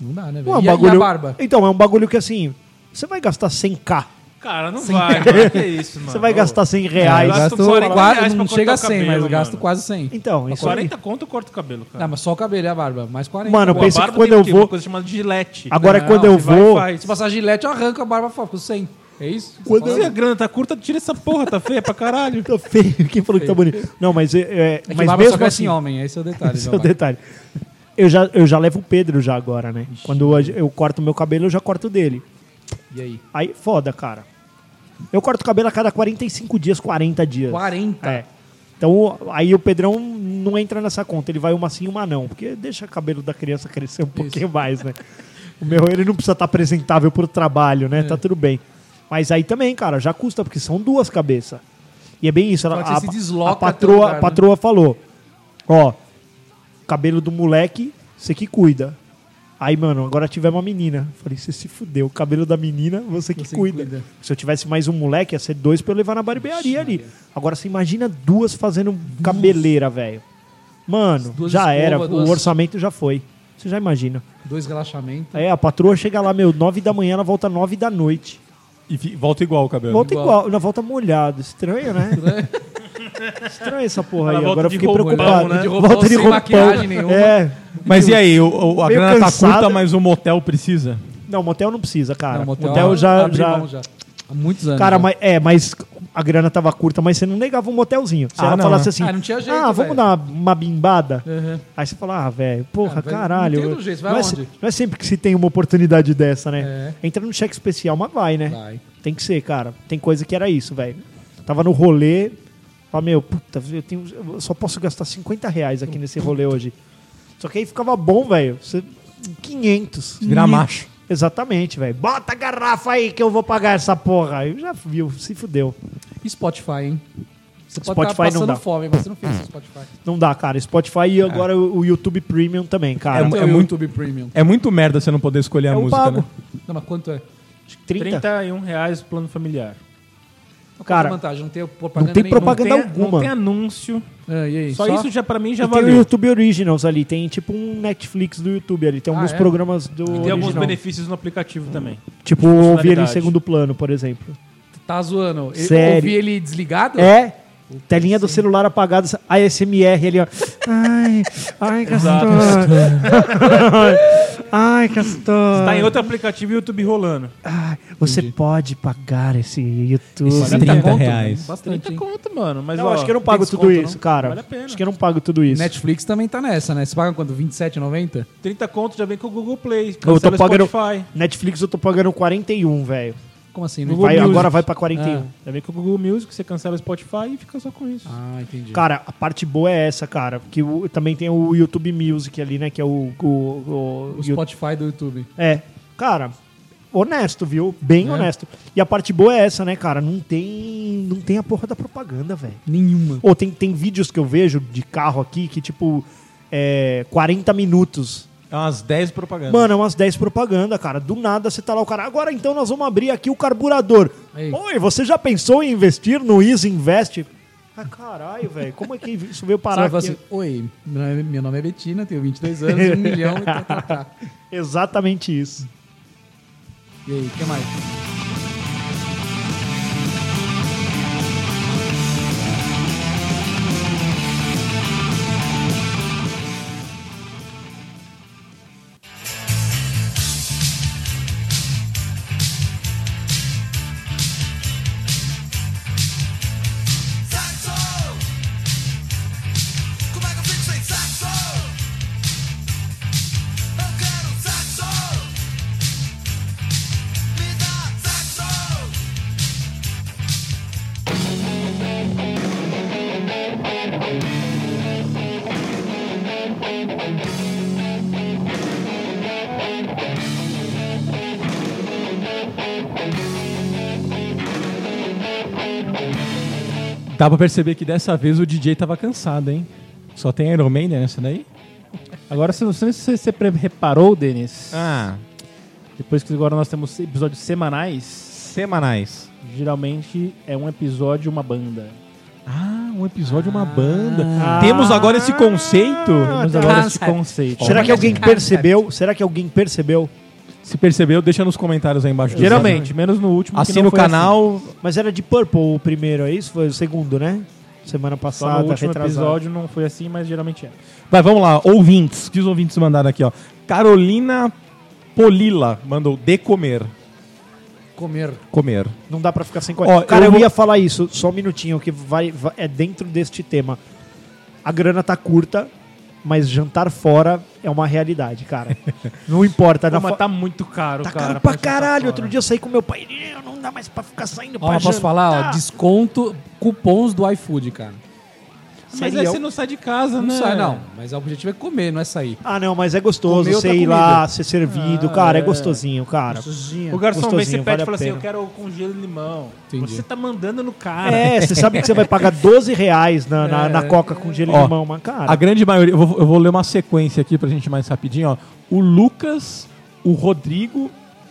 [SPEAKER 4] Não dá, né, velho?
[SPEAKER 3] Não é
[SPEAKER 4] E,
[SPEAKER 3] um
[SPEAKER 4] a- e
[SPEAKER 3] bagulho...
[SPEAKER 4] a barba?
[SPEAKER 3] Então, é um bagulho que assim, você vai gastar 100k.
[SPEAKER 2] Cara, não vai, mano. Que é isso, mano. é,
[SPEAKER 3] Você vai
[SPEAKER 2] Ô.
[SPEAKER 3] gastar 100
[SPEAKER 4] Eu
[SPEAKER 3] reais.
[SPEAKER 2] gasto
[SPEAKER 4] gasto
[SPEAKER 2] 40
[SPEAKER 4] quase,
[SPEAKER 2] reais pra
[SPEAKER 4] não
[SPEAKER 2] cortar
[SPEAKER 4] chega a
[SPEAKER 2] o
[SPEAKER 4] 100,
[SPEAKER 2] cabelo,
[SPEAKER 4] mas eu gasto
[SPEAKER 2] mano.
[SPEAKER 4] quase 100.
[SPEAKER 3] Então, isso aí.
[SPEAKER 2] 40 conto eu corto o cabelo, cara.
[SPEAKER 4] Não, mas só o cabelo e a barba. Mais 40.
[SPEAKER 3] Mano,
[SPEAKER 2] Pô, a
[SPEAKER 3] pensa
[SPEAKER 2] barba
[SPEAKER 3] que quando
[SPEAKER 2] tem
[SPEAKER 3] eu
[SPEAKER 2] o quê?
[SPEAKER 3] vou.
[SPEAKER 2] Uma coisa chamada gilete.
[SPEAKER 3] Agora,
[SPEAKER 4] Não,
[SPEAKER 3] quando eu
[SPEAKER 2] você vai e
[SPEAKER 3] vou.
[SPEAKER 2] faz.
[SPEAKER 4] Se passar gilete, eu arranco a barba fora, com 100. É isso?
[SPEAKER 2] Quando a grana tá curta, tira essa porra, tá feia pra caralho.
[SPEAKER 3] Tá feio. Quem falou que tá bonito? Não, mas é, é,
[SPEAKER 4] É que
[SPEAKER 3] mas
[SPEAKER 4] barba só
[SPEAKER 3] mesmo
[SPEAKER 4] cresce
[SPEAKER 3] assim,
[SPEAKER 4] em homem, esse é o detalhe.
[SPEAKER 3] esse é
[SPEAKER 4] meu
[SPEAKER 3] o
[SPEAKER 4] pai.
[SPEAKER 3] detalhe. Eu já, eu já levo o Pedro já agora, né? Quando eu, eu corto o meu cabelo, eu já corto o dele.
[SPEAKER 4] E aí?
[SPEAKER 3] Aí, foda, cara. Eu corto o cabelo a cada 45 dias, 40 dias.
[SPEAKER 4] 40?
[SPEAKER 3] É. Então, aí o Pedrão não entra nessa conta. Ele vai uma sim, uma não. Porque deixa o cabelo da criança crescer um pouquinho mais, né? O meu, ele não precisa estar apresentável pro trabalho,
[SPEAKER 4] É.
[SPEAKER 3] né? Tá tudo bem. Mas aí também, cara, já custa, porque são duas cabeças. E é bem isso. Ela,
[SPEAKER 4] Só que você
[SPEAKER 3] a,
[SPEAKER 4] se desloca
[SPEAKER 3] a
[SPEAKER 4] até o
[SPEAKER 3] patroa,
[SPEAKER 4] lugar, né?
[SPEAKER 3] a patroa falou, ó, cabelo do moleque, você que cuida. Aí, mano, agora tiver uma menina. Falei, você se fudeu. O cabelo da menina, você que
[SPEAKER 4] Você que
[SPEAKER 3] cuida.
[SPEAKER 4] cuida.
[SPEAKER 3] Se eu tivesse mais um moleque, ia ser dois pra eu levar na barbearia ali. Agora, você imagina duas fazendo cabeleira, velho. Mano,
[SPEAKER 4] Duas
[SPEAKER 3] já
[SPEAKER 4] escova,
[SPEAKER 3] era.
[SPEAKER 4] duas-
[SPEAKER 3] O orçamento já foi. Você já imagina.
[SPEAKER 4] Dois relaxamentos.
[SPEAKER 3] Aí a patroa chega lá, meu, nove da manhã, ela volta nove da noite.
[SPEAKER 1] E fi- volta igual o cabelo.
[SPEAKER 3] Volta
[SPEAKER 4] Igual.
[SPEAKER 3] igual. Ela volta molhado. Estranho, né? Estranho essa porra
[SPEAKER 2] Ela
[SPEAKER 3] aí.
[SPEAKER 2] volta
[SPEAKER 3] Agora eu
[SPEAKER 2] de
[SPEAKER 3] fiquei
[SPEAKER 2] roupão,
[SPEAKER 3] preocupado.
[SPEAKER 2] né? De
[SPEAKER 4] roupão,
[SPEAKER 3] volta de
[SPEAKER 4] sem
[SPEAKER 3] roupão.
[SPEAKER 4] maquiagem nenhuma.
[SPEAKER 3] É.
[SPEAKER 1] Mas e aí, o- o- a
[SPEAKER 3] Meio
[SPEAKER 1] grana
[SPEAKER 3] cansado.
[SPEAKER 1] tá curta, mas o motel precisa?
[SPEAKER 3] Não, motel não precisa, cara.
[SPEAKER 4] Não,
[SPEAKER 3] motel,
[SPEAKER 4] ah,
[SPEAKER 3] já.
[SPEAKER 4] abri
[SPEAKER 3] já...
[SPEAKER 4] mão Há muitos anos. né?
[SPEAKER 3] Cara,
[SPEAKER 4] já.
[SPEAKER 3] mas, é, mas a grana tava curta, mas você não negava um motelzinho. Se
[SPEAKER 1] Ah,
[SPEAKER 3] ela
[SPEAKER 1] não,
[SPEAKER 3] falasse
[SPEAKER 1] né?
[SPEAKER 3] assim,
[SPEAKER 4] Ah, não tinha jeito,
[SPEAKER 3] "Ah, vamos
[SPEAKER 4] velho."
[SPEAKER 3] dar uma, uma bimbada.
[SPEAKER 4] Uhum.
[SPEAKER 3] Aí você fala, ah, velho, porra,
[SPEAKER 4] Ah, velho,
[SPEAKER 3] caralho.
[SPEAKER 4] não tem outro jeito, vai
[SPEAKER 3] é,
[SPEAKER 4] aonde? É.
[SPEAKER 3] se- não é sempre que se tem uma oportunidade dessa, né? Entra no cheque especial, mas vai, né?
[SPEAKER 4] Vai.
[SPEAKER 3] Tem que ser, cara. Tem coisa que era isso, velho. Tava no rolê, fala, meu, puta, eu, tenho, eu só posso gastar 50 reais aqui nesse rolê hoje. Só que aí ficava bom, velho. Você- 500.
[SPEAKER 1] Virar macho.
[SPEAKER 3] Exatamente, velho. Bota a garrafa aí que eu vou pagar essa porra. Aí já viu, se fudeu.
[SPEAKER 4] E Spotify, hein? Você pode
[SPEAKER 3] Spotify
[SPEAKER 4] estar
[SPEAKER 3] não
[SPEAKER 4] passando
[SPEAKER 3] dá.
[SPEAKER 4] fome, mas você não fez isso no Spotify.
[SPEAKER 3] Não dá, cara. Spotify e agora o o YouTube Premium também,
[SPEAKER 1] É
[SPEAKER 3] cara.
[SPEAKER 4] Tem
[SPEAKER 1] mu-
[SPEAKER 4] o
[SPEAKER 1] muito-
[SPEAKER 4] YouTube Premium.
[SPEAKER 1] É muito merda você não poder escolher a
[SPEAKER 3] Eu
[SPEAKER 1] música,
[SPEAKER 3] É um pago.
[SPEAKER 1] né?
[SPEAKER 4] Não, mas quanto é?
[SPEAKER 3] 30.
[SPEAKER 2] 31 reais o plano familiar.
[SPEAKER 4] Cara,
[SPEAKER 3] Cara,
[SPEAKER 4] vantagem? Não tem propaganda
[SPEAKER 3] não tem
[SPEAKER 4] nenhuma.
[SPEAKER 3] propaganda.
[SPEAKER 2] não tem,
[SPEAKER 3] alguma.
[SPEAKER 2] Não tem anúncio.
[SPEAKER 4] Ah, e aí?
[SPEAKER 2] Só, isso já pra mim já
[SPEAKER 3] E tem o
[SPEAKER 2] valeu.
[SPEAKER 3] YouTube Originals ali. Tem tipo um Netflix do YouTube ali. Tem
[SPEAKER 4] Ah,
[SPEAKER 3] alguns
[SPEAKER 4] é?
[SPEAKER 3] programas do
[SPEAKER 2] Tem alguns
[SPEAKER 3] original.
[SPEAKER 2] benefícios no aplicativo também.
[SPEAKER 3] Tipo, ouvir ele em
[SPEAKER 2] funcionalidade.
[SPEAKER 3] segundo plano, por exemplo.
[SPEAKER 4] Tá zoando. Ele,
[SPEAKER 3] Sério.
[SPEAKER 4] Ouvi ele desligado?
[SPEAKER 3] É. Telinha do celular apagada, a SMR ali, ó. Ai, ai,
[SPEAKER 2] Exato.
[SPEAKER 3] Castor. ai, Castor.
[SPEAKER 2] Tá em outro aplicativo YouTube rolando.
[SPEAKER 3] Ai, você pode pagar esse YouTube.
[SPEAKER 1] Esse
[SPEAKER 4] Vale a
[SPEAKER 1] 30
[SPEAKER 4] pena.
[SPEAKER 1] reais.
[SPEAKER 4] Bastante,
[SPEAKER 2] 30
[SPEAKER 4] hein?
[SPEAKER 2] conto, mano. Mas,
[SPEAKER 3] Não,
[SPEAKER 2] ó,
[SPEAKER 3] acho que eu não
[SPEAKER 2] tem
[SPEAKER 3] pago
[SPEAKER 2] desconto,
[SPEAKER 3] tudo isso,
[SPEAKER 2] não?
[SPEAKER 3] cara.
[SPEAKER 2] Vale a pena.
[SPEAKER 3] Acho que eu não pago tudo isso.
[SPEAKER 4] Netflix também tá nessa, né? Você paga quanto? R$27,90?
[SPEAKER 2] 30 conto já vem com o Google Play.
[SPEAKER 3] Eu tô
[SPEAKER 2] cancela o
[SPEAKER 3] pagando.
[SPEAKER 2] Spotify.
[SPEAKER 3] Netflix eu tô pagando 41, velho.
[SPEAKER 4] Como assim? Não
[SPEAKER 3] Vai-
[SPEAKER 4] entendi.
[SPEAKER 3] Agora vai pra 41.
[SPEAKER 4] Ah.
[SPEAKER 2] Já vem com o Google Music, você cancela o Spotify e fica só com isso.
[SPEAKER 4] Ah, entendi.
[SPEAKER 3] Cara, a parte boa é essa, cara. Que o- também tem o YouTube Music ali, né? Que é o. o, o-
[SPEAKER 4] o
[SPEAKER 3] o-
[SPEAKER 4] Spotify do YouTube.
[SPEAKER 3] É. Cara, honesto, viu? Bem
[SPEAKER 4] É.
[SPEAKER 3] honesto. E a parte boa é essa, né, cara? Não tem. Não tem a porra da propaganda, velho.
[SPEAKER 4] Nenhuma.
[SPEAKER 3] Ou tem, tem vídeos que eu vejo de carro aqui que, tipo, é 40 minutos.
[SPEAKER 1] É umas 10 propagandas.
[SPEAKER 3] Mano, é umas 10 propaganda, cara. Do nada você tá lá, o cara. Agora então nós vamos abrir aqui o carburador.
[SPEAKER 4] Aí.
[SPEAKER 3] Oi, você já pensou em investir no Easy Invest? Ah, caralho, velho. Como é que isso veio parar
[SPEAKER 4] Você
[SPEAKER 3] aqui?
[SPEAKER 4] vai falar assim, Oi, meu nome, é- meu nome é Betina, tenho 22 anos, 1 milhão e tá, tá, tá.
[SPEAKER 3] Exatamente isso.
[SPEAKER 4] E aí, o que mais?
[SPEAKER 5] Saxo! Como é que eu fico sem saxo? Eu quero saxo! Me dá saxo!
[SPEAKER 1] Dá pra perceber que dessa vez o DJ tava cansado, hein? Só tem Iron Maiden nessa daí?
[SPEAKER 2] Agora, se não sei se você pre- reparou, Denis,
[SPEAKER 1] Ah.
[SPEAKER 2] Depois que agora nós temos episódios semanais,
[SPEAKER 1] Semanais.
[SPEAKER 2] geralmente é um episódio uma banda.
[SPEAKER 1] Ah, um episódio, uma banda. Temos agora esse conceito.
[SPEAKER 2] Temos agora
[SPEAKER 4] tá.
[SPEAKER 2] esse conceito.
[SPEAKER 1] é
[SPEAKER 3] Será que é
[SPEAKER 4] Olha,
[SPEAKER 3] alguém
[SPEAKER 4] cara,
[SPEAKER 3] percebeu? Será que alguém percebeu?
[SPEAKER 1] Se percebeu, deixa nos comentários aí embaixo. do
[SPEAKER 2] Geralmente, menos no último. que
[SPEAKER 1] site. Assina
[SPEAKER 2] não
[SPEAKER 1] o
[SPEAKER 2] foi assim.
[SPEAKER 1] canal.
[SPEAKER 3] Mas era de Purple o primeiro, é isso? Foi o segundo, né? Semana
[SPEAKER 2] assim. Só
[SPEAKER 3] passada,
[SPEAKER 2] no último
[SPEAKER 3] retrasada.
[SPEAKER 2] episódio não foi assim, mas geralmente é.
[SPEAKER 1] Vai, vamos lá. Ouvintes. O que os ouvintes mandaram aqui, ó? Carolina Polila mandou de comer.
[SPEAKER 4] Comer.
[SPEAKER 1] Comer.
[SPEAKER 3] Não dá pra ficar sem coragem.
[SPEAKER 1] Ó,
[SPEAKER 3] Cara,
[SPEAKER 1] eu
[SPEAKER 3] eu,
[SPEAKER 1] vou-
[SPEAKER 3] ia falar isso, só um minutinho, que vai, vai- é dentro deste tema. A grana tá curta, mas jantar fora é uma realidade, cara. Não importa. na
[SPEAKER 2] Não, mas
[SPEAKER 3] fo-
[SPEAKER 2] tá muito caro,
[SPEAKER 3] Tá
[SPEAKER 2] cara.
[SPEAKER 3] caro pra
[SPEAKER 2] gente tá
[SPEAKER 3] caralho.
[SPEAKER 2] fora.
[SPEAKER 3] Outro dia eu saí com meu pai. "Eh, Não dá mais pra ficar saindo
[SPEAKER 4] Ó,
[SPEAKER 3] pra
[SPEAKER 4] mas posso
[SPEAKER 3] Ah.
[SPEAKER 4] falar, ó, desconto, cupons do iFood, cara.
[SPEAKER 1] Mas
[SPEAKER 2] é,
[SPEAKER 3] é
[SPEAKER 1] aí você não sai de casa,
[SPEAKER 4] Não
[SPEAKER 1] né?
[SPEAKER 4] sai, não. Mas o objetivo é comer, não é sair.
[SPEAKER 3] Ah, não, mas é gostoso
[SPEAKER 4] Comer
[SPEAKER 3] você
[SPEAKER 4] outra
[SPEAKER 3] ir
[SPEAKER 4] comida.
[SPEAKER 3] lá, ser servido. cara, é gostosinho, cara.
[SPEAKER 1] O garçom vem, você pede
[SPEAKER 3] Gostosinho, vale
[SPEAKER 1] e
[SPEAKER 3] a
[SPEAKER 1] fala assim,
[SPEAKER 3] pena.
[SPEAKER 1] eu quero
[SPEAKER 2] um
[SPEAKER 1] com gelo e limão.
[SPEAKER 4] Entendi.
[SPEAKER 1] Você tá mandando no cara.
[SPEAKER 3] É, você sabe que você vai pagar 12 reais na, na, na coca com gelo e
[SPEAKER 1] Ó,
[SPEAKER 3] limão, mas cara.
[SPEAKER 1] A grande maioria. Eu vou, eu vou ler uma sequência aqui pra gente mais rapidinho, ó. O Lucas, o Rodrigo,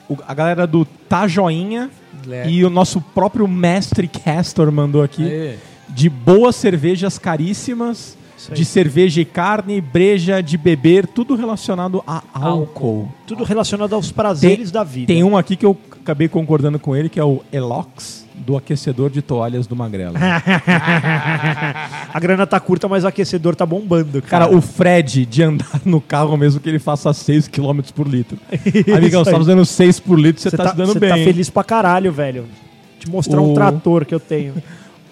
[SPEAKER 1] o- a galera do Tá Joinha
[SPEAKER 4] É.
[SPEAKER 1] e o nosso próprio mestre Castor mandou aqui.
[SPEAKER 4] Aê.
[SPEAKER 1] De boas cervejas caríssimas,
[SPEAKER 3] Isso aí.
[SPEAKER 1] de cerveja e carne, breja, de beber, tudo relacionado a álcool.
[SPEAKER 3] Tudo relacionado aos prazeres da vida.
[SPEAKER 1] Tem um aqui que eu acabei concordando com ele, que é o Elox, do aquecedor de toalhas do Magrelo.
[SPEAKER 3] A grana tá curta, mas o aquecedor tá bombando, cara.
[SPEAKER 1] Cara, o Fred de andar no carro mesmo que ele faça 6 km por litro. Amigão, você
[SPEAKER 3] Isso aí.
[SPEAKER 1] tá usando 6 por litro, você,
[SPEAKER 3] Cê
[SPEAKER 1] tá, se dando
[SPEAKER 3] cê
[SPEAKER 1] bem.
[SPEAKER 3] tá
[SPEAKER 1] hein?
[SPEAKER 3] feliz pra caralho, velho. Te mostrar
[SPEAKER 1] O-
[SPEAKER 3] um trator que eu tenho.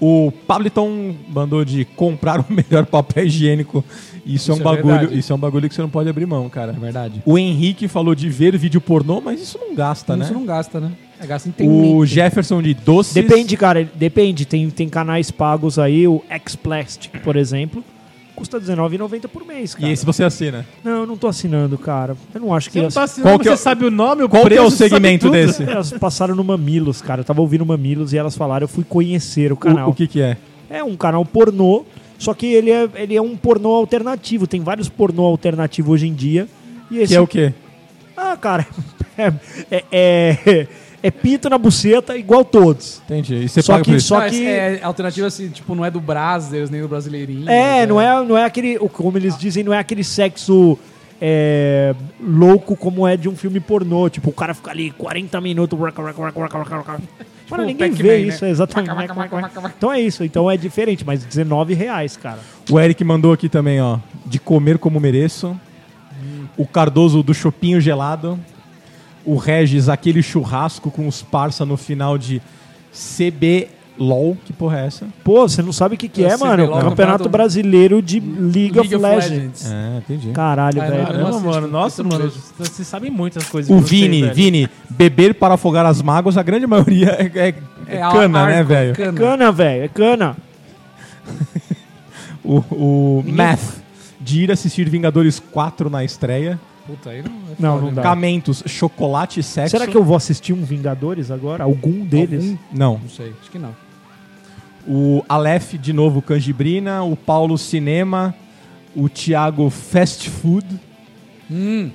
[SPEAKER 1] O Pabliton mandou de comprar o melhor papel higiênico. Isso, é um
[SPEAKER 4] é
[SPEAKER 1] bagulho,
[SPEAKER 4] verdade.
[SPEAKER 1] isso é um bagulho que você não pode abrir mão, cara.
[SPEAKER 4] É verdade.
[SPEAKER 1] O Henrique falou de ver vídeo pornô, mas isso não gasta,
[SPEAKER 4] Isso
[SPEAKER 1] né?
[SPEAKER 4] não gasta, né? É gasta
[SPEAKER 1] O
[SPEAKER 4] inteiramente.
[SPEAKER 1] Jefferson de doces.
[SPEAKER 3] Depende, cara. ele- Depende. Tem, tem canais pagos aí, o Xplastic, por exemplo. Custa R$19,90 por mês,
[SPEAKER 1] E
[SPEAKER 3] cara.
[SPEAKER 1] esse você assina.
[SPEAKER 3] Não, eu não tô assinando, cara. Eu não acho que...
[SPEAKER 2] Você não
[SPEAKER 3] Elas,
[SPEAKER 2] tá
[SPEAKER 4] Assim,
[SPEAKER 2] assinando,
[SPEAKER 1] Qual
[SPEAKER 2] mas
[SPEAKER 1] que é
[SPEAKER 2] você
[SPEAKER 1] o-
[SPEAKER 2] sabe o nome, o
[SPEAKER 1] Qual que é
[SPEAKER 2] preço,
[SPEAKER 1] o
[SPEAKER 2] você sabe
[SPEAKER 1] segmento
[SPEAKER 2] tudo.
[SPEAKER 1] desse?
[SPEAKER 3] elas passaram no Mamilos, cara. Eu tava ouvindo Mamilos e elas falaram, eu fui conhecer o
[SPEAKER 1] O,
[SPEAKER 3] canal.
[SPEAKER 1] o que que é?
[SPEAKER 3] É um canal pornô, só que ele é, ele é um pornô alternativo. Tem vários pornô alternativo hoje em dia. E esse
[SPEAKER 1] Que é o quê?
[SPEAKER 3] Ah, cara, é, é, é- é pinto na buceta igual todos.
[SPEAKER 1] Entendi. E você
[SPEAKER 3] Só
[SPEAKER 1] paga
[SPEAKER 3] que
[SPEAKER 1] por isso.
[SPEAKER 3] só
[SPEAKER 4] Não,
[SPEAKER 3] que-
[SPEAKER 4] é, é alternativa assim, tipo, não é do Brazzers, nem do Brasileirinho. né?
[SPEAKER 3] É, não é, não é aquele, o- como eles dizem, não é aquele sexo é, louco como é de um filme pornô. Tipo, o cara fica ali 40 minutos. Raca, raca, raca, raca, raca, raca.
[SPEAKER 4] Tipo
[SPEAKER 3] Mano, ninguém vê
[SPEAKER 4] né?
[SPEAKER 3] isso, é exatamente. Então é isso, então é diferente, mas 19 reais, cara.
[SPEAKER 1] O Eric mandou aqui também, ó. De comer como mereço. O Cardoso do Chopinho Gelado. O Regis, aquele churrasco com os parça no final de CB LOL. Que porra é essa?
[SPEAKER 3] Pô, você não sabe o que, que é,
[SPEAKER 4] Eu sei,
[SPEAKER 3] mano?
[SPEAKER 4] Belol,
[SPEAKER 3] Campeonato
[SPEAKER 4] campeonato-
[SPEAKER 3] Brasileiro de League, of, Legends.
[SPEAKER 1] É, entendi.
[SPEAKER 3] Caralho,
[SPEAKER 4] Ah,
[SPEAKER 3] velho. é
[SPEAKER 4] Eu não
[SPEAKER 2] Caramba,
[SPEAKER 4] assisto,
[SPEAKER 2] mano.
[SPEAKER 4] eu
[SPEAKER 2] Nossa,
[SPEAKER 4] não
[SPEAKER 2] mano.
[SPEAKER 4] vejo.
[SPEAKER 2] Vocês vocês sabem muitas coisas.
[SPEAKER 1] O
[SPEAKER 2] de vocês,
[SPEAKER 1] Vini,
[SPEAKER 2] velho.
[SPEAKER 1] Vini, beber para afogar as mágoas, a grande maioria é, é
[SPEAKER 4] É
[SPEAKER 1] cana,
[SPEAKER 4] a-
[SPEAKER 1] né,
[SPEAKER 4] arco,
[SPEAKER 1] velho?
[SPEAKER 4] Cana.
[SPEAKER 3] Cana, velho, é cana.
[SPEAKER 1] O, o Math, de ir assistir Vingadores 4 na estreia.
[SPEAKER 4] Puta, aí não é
[SPEAKER 3] Não,
[SPEAKER 4] foda,
[SPEAKER 3] não
[SPEAKER 4] né?
[SPEAKER 3] dá.
[SPEAKER 1] Camentos, chocolate e sexo.
[SPEAKER 3] Será que eu vou assistir um Vingadores agora? Algum deles?
[SPEAKER 1] Não.
[SPEAKER 4] Não sei, acho que não.
[SPEAKER 1] O Aleph, de novo, Canjibrina. O Paulo, Cinema. O Thiago, Fast Food.
[SPEAKER 4] Hum,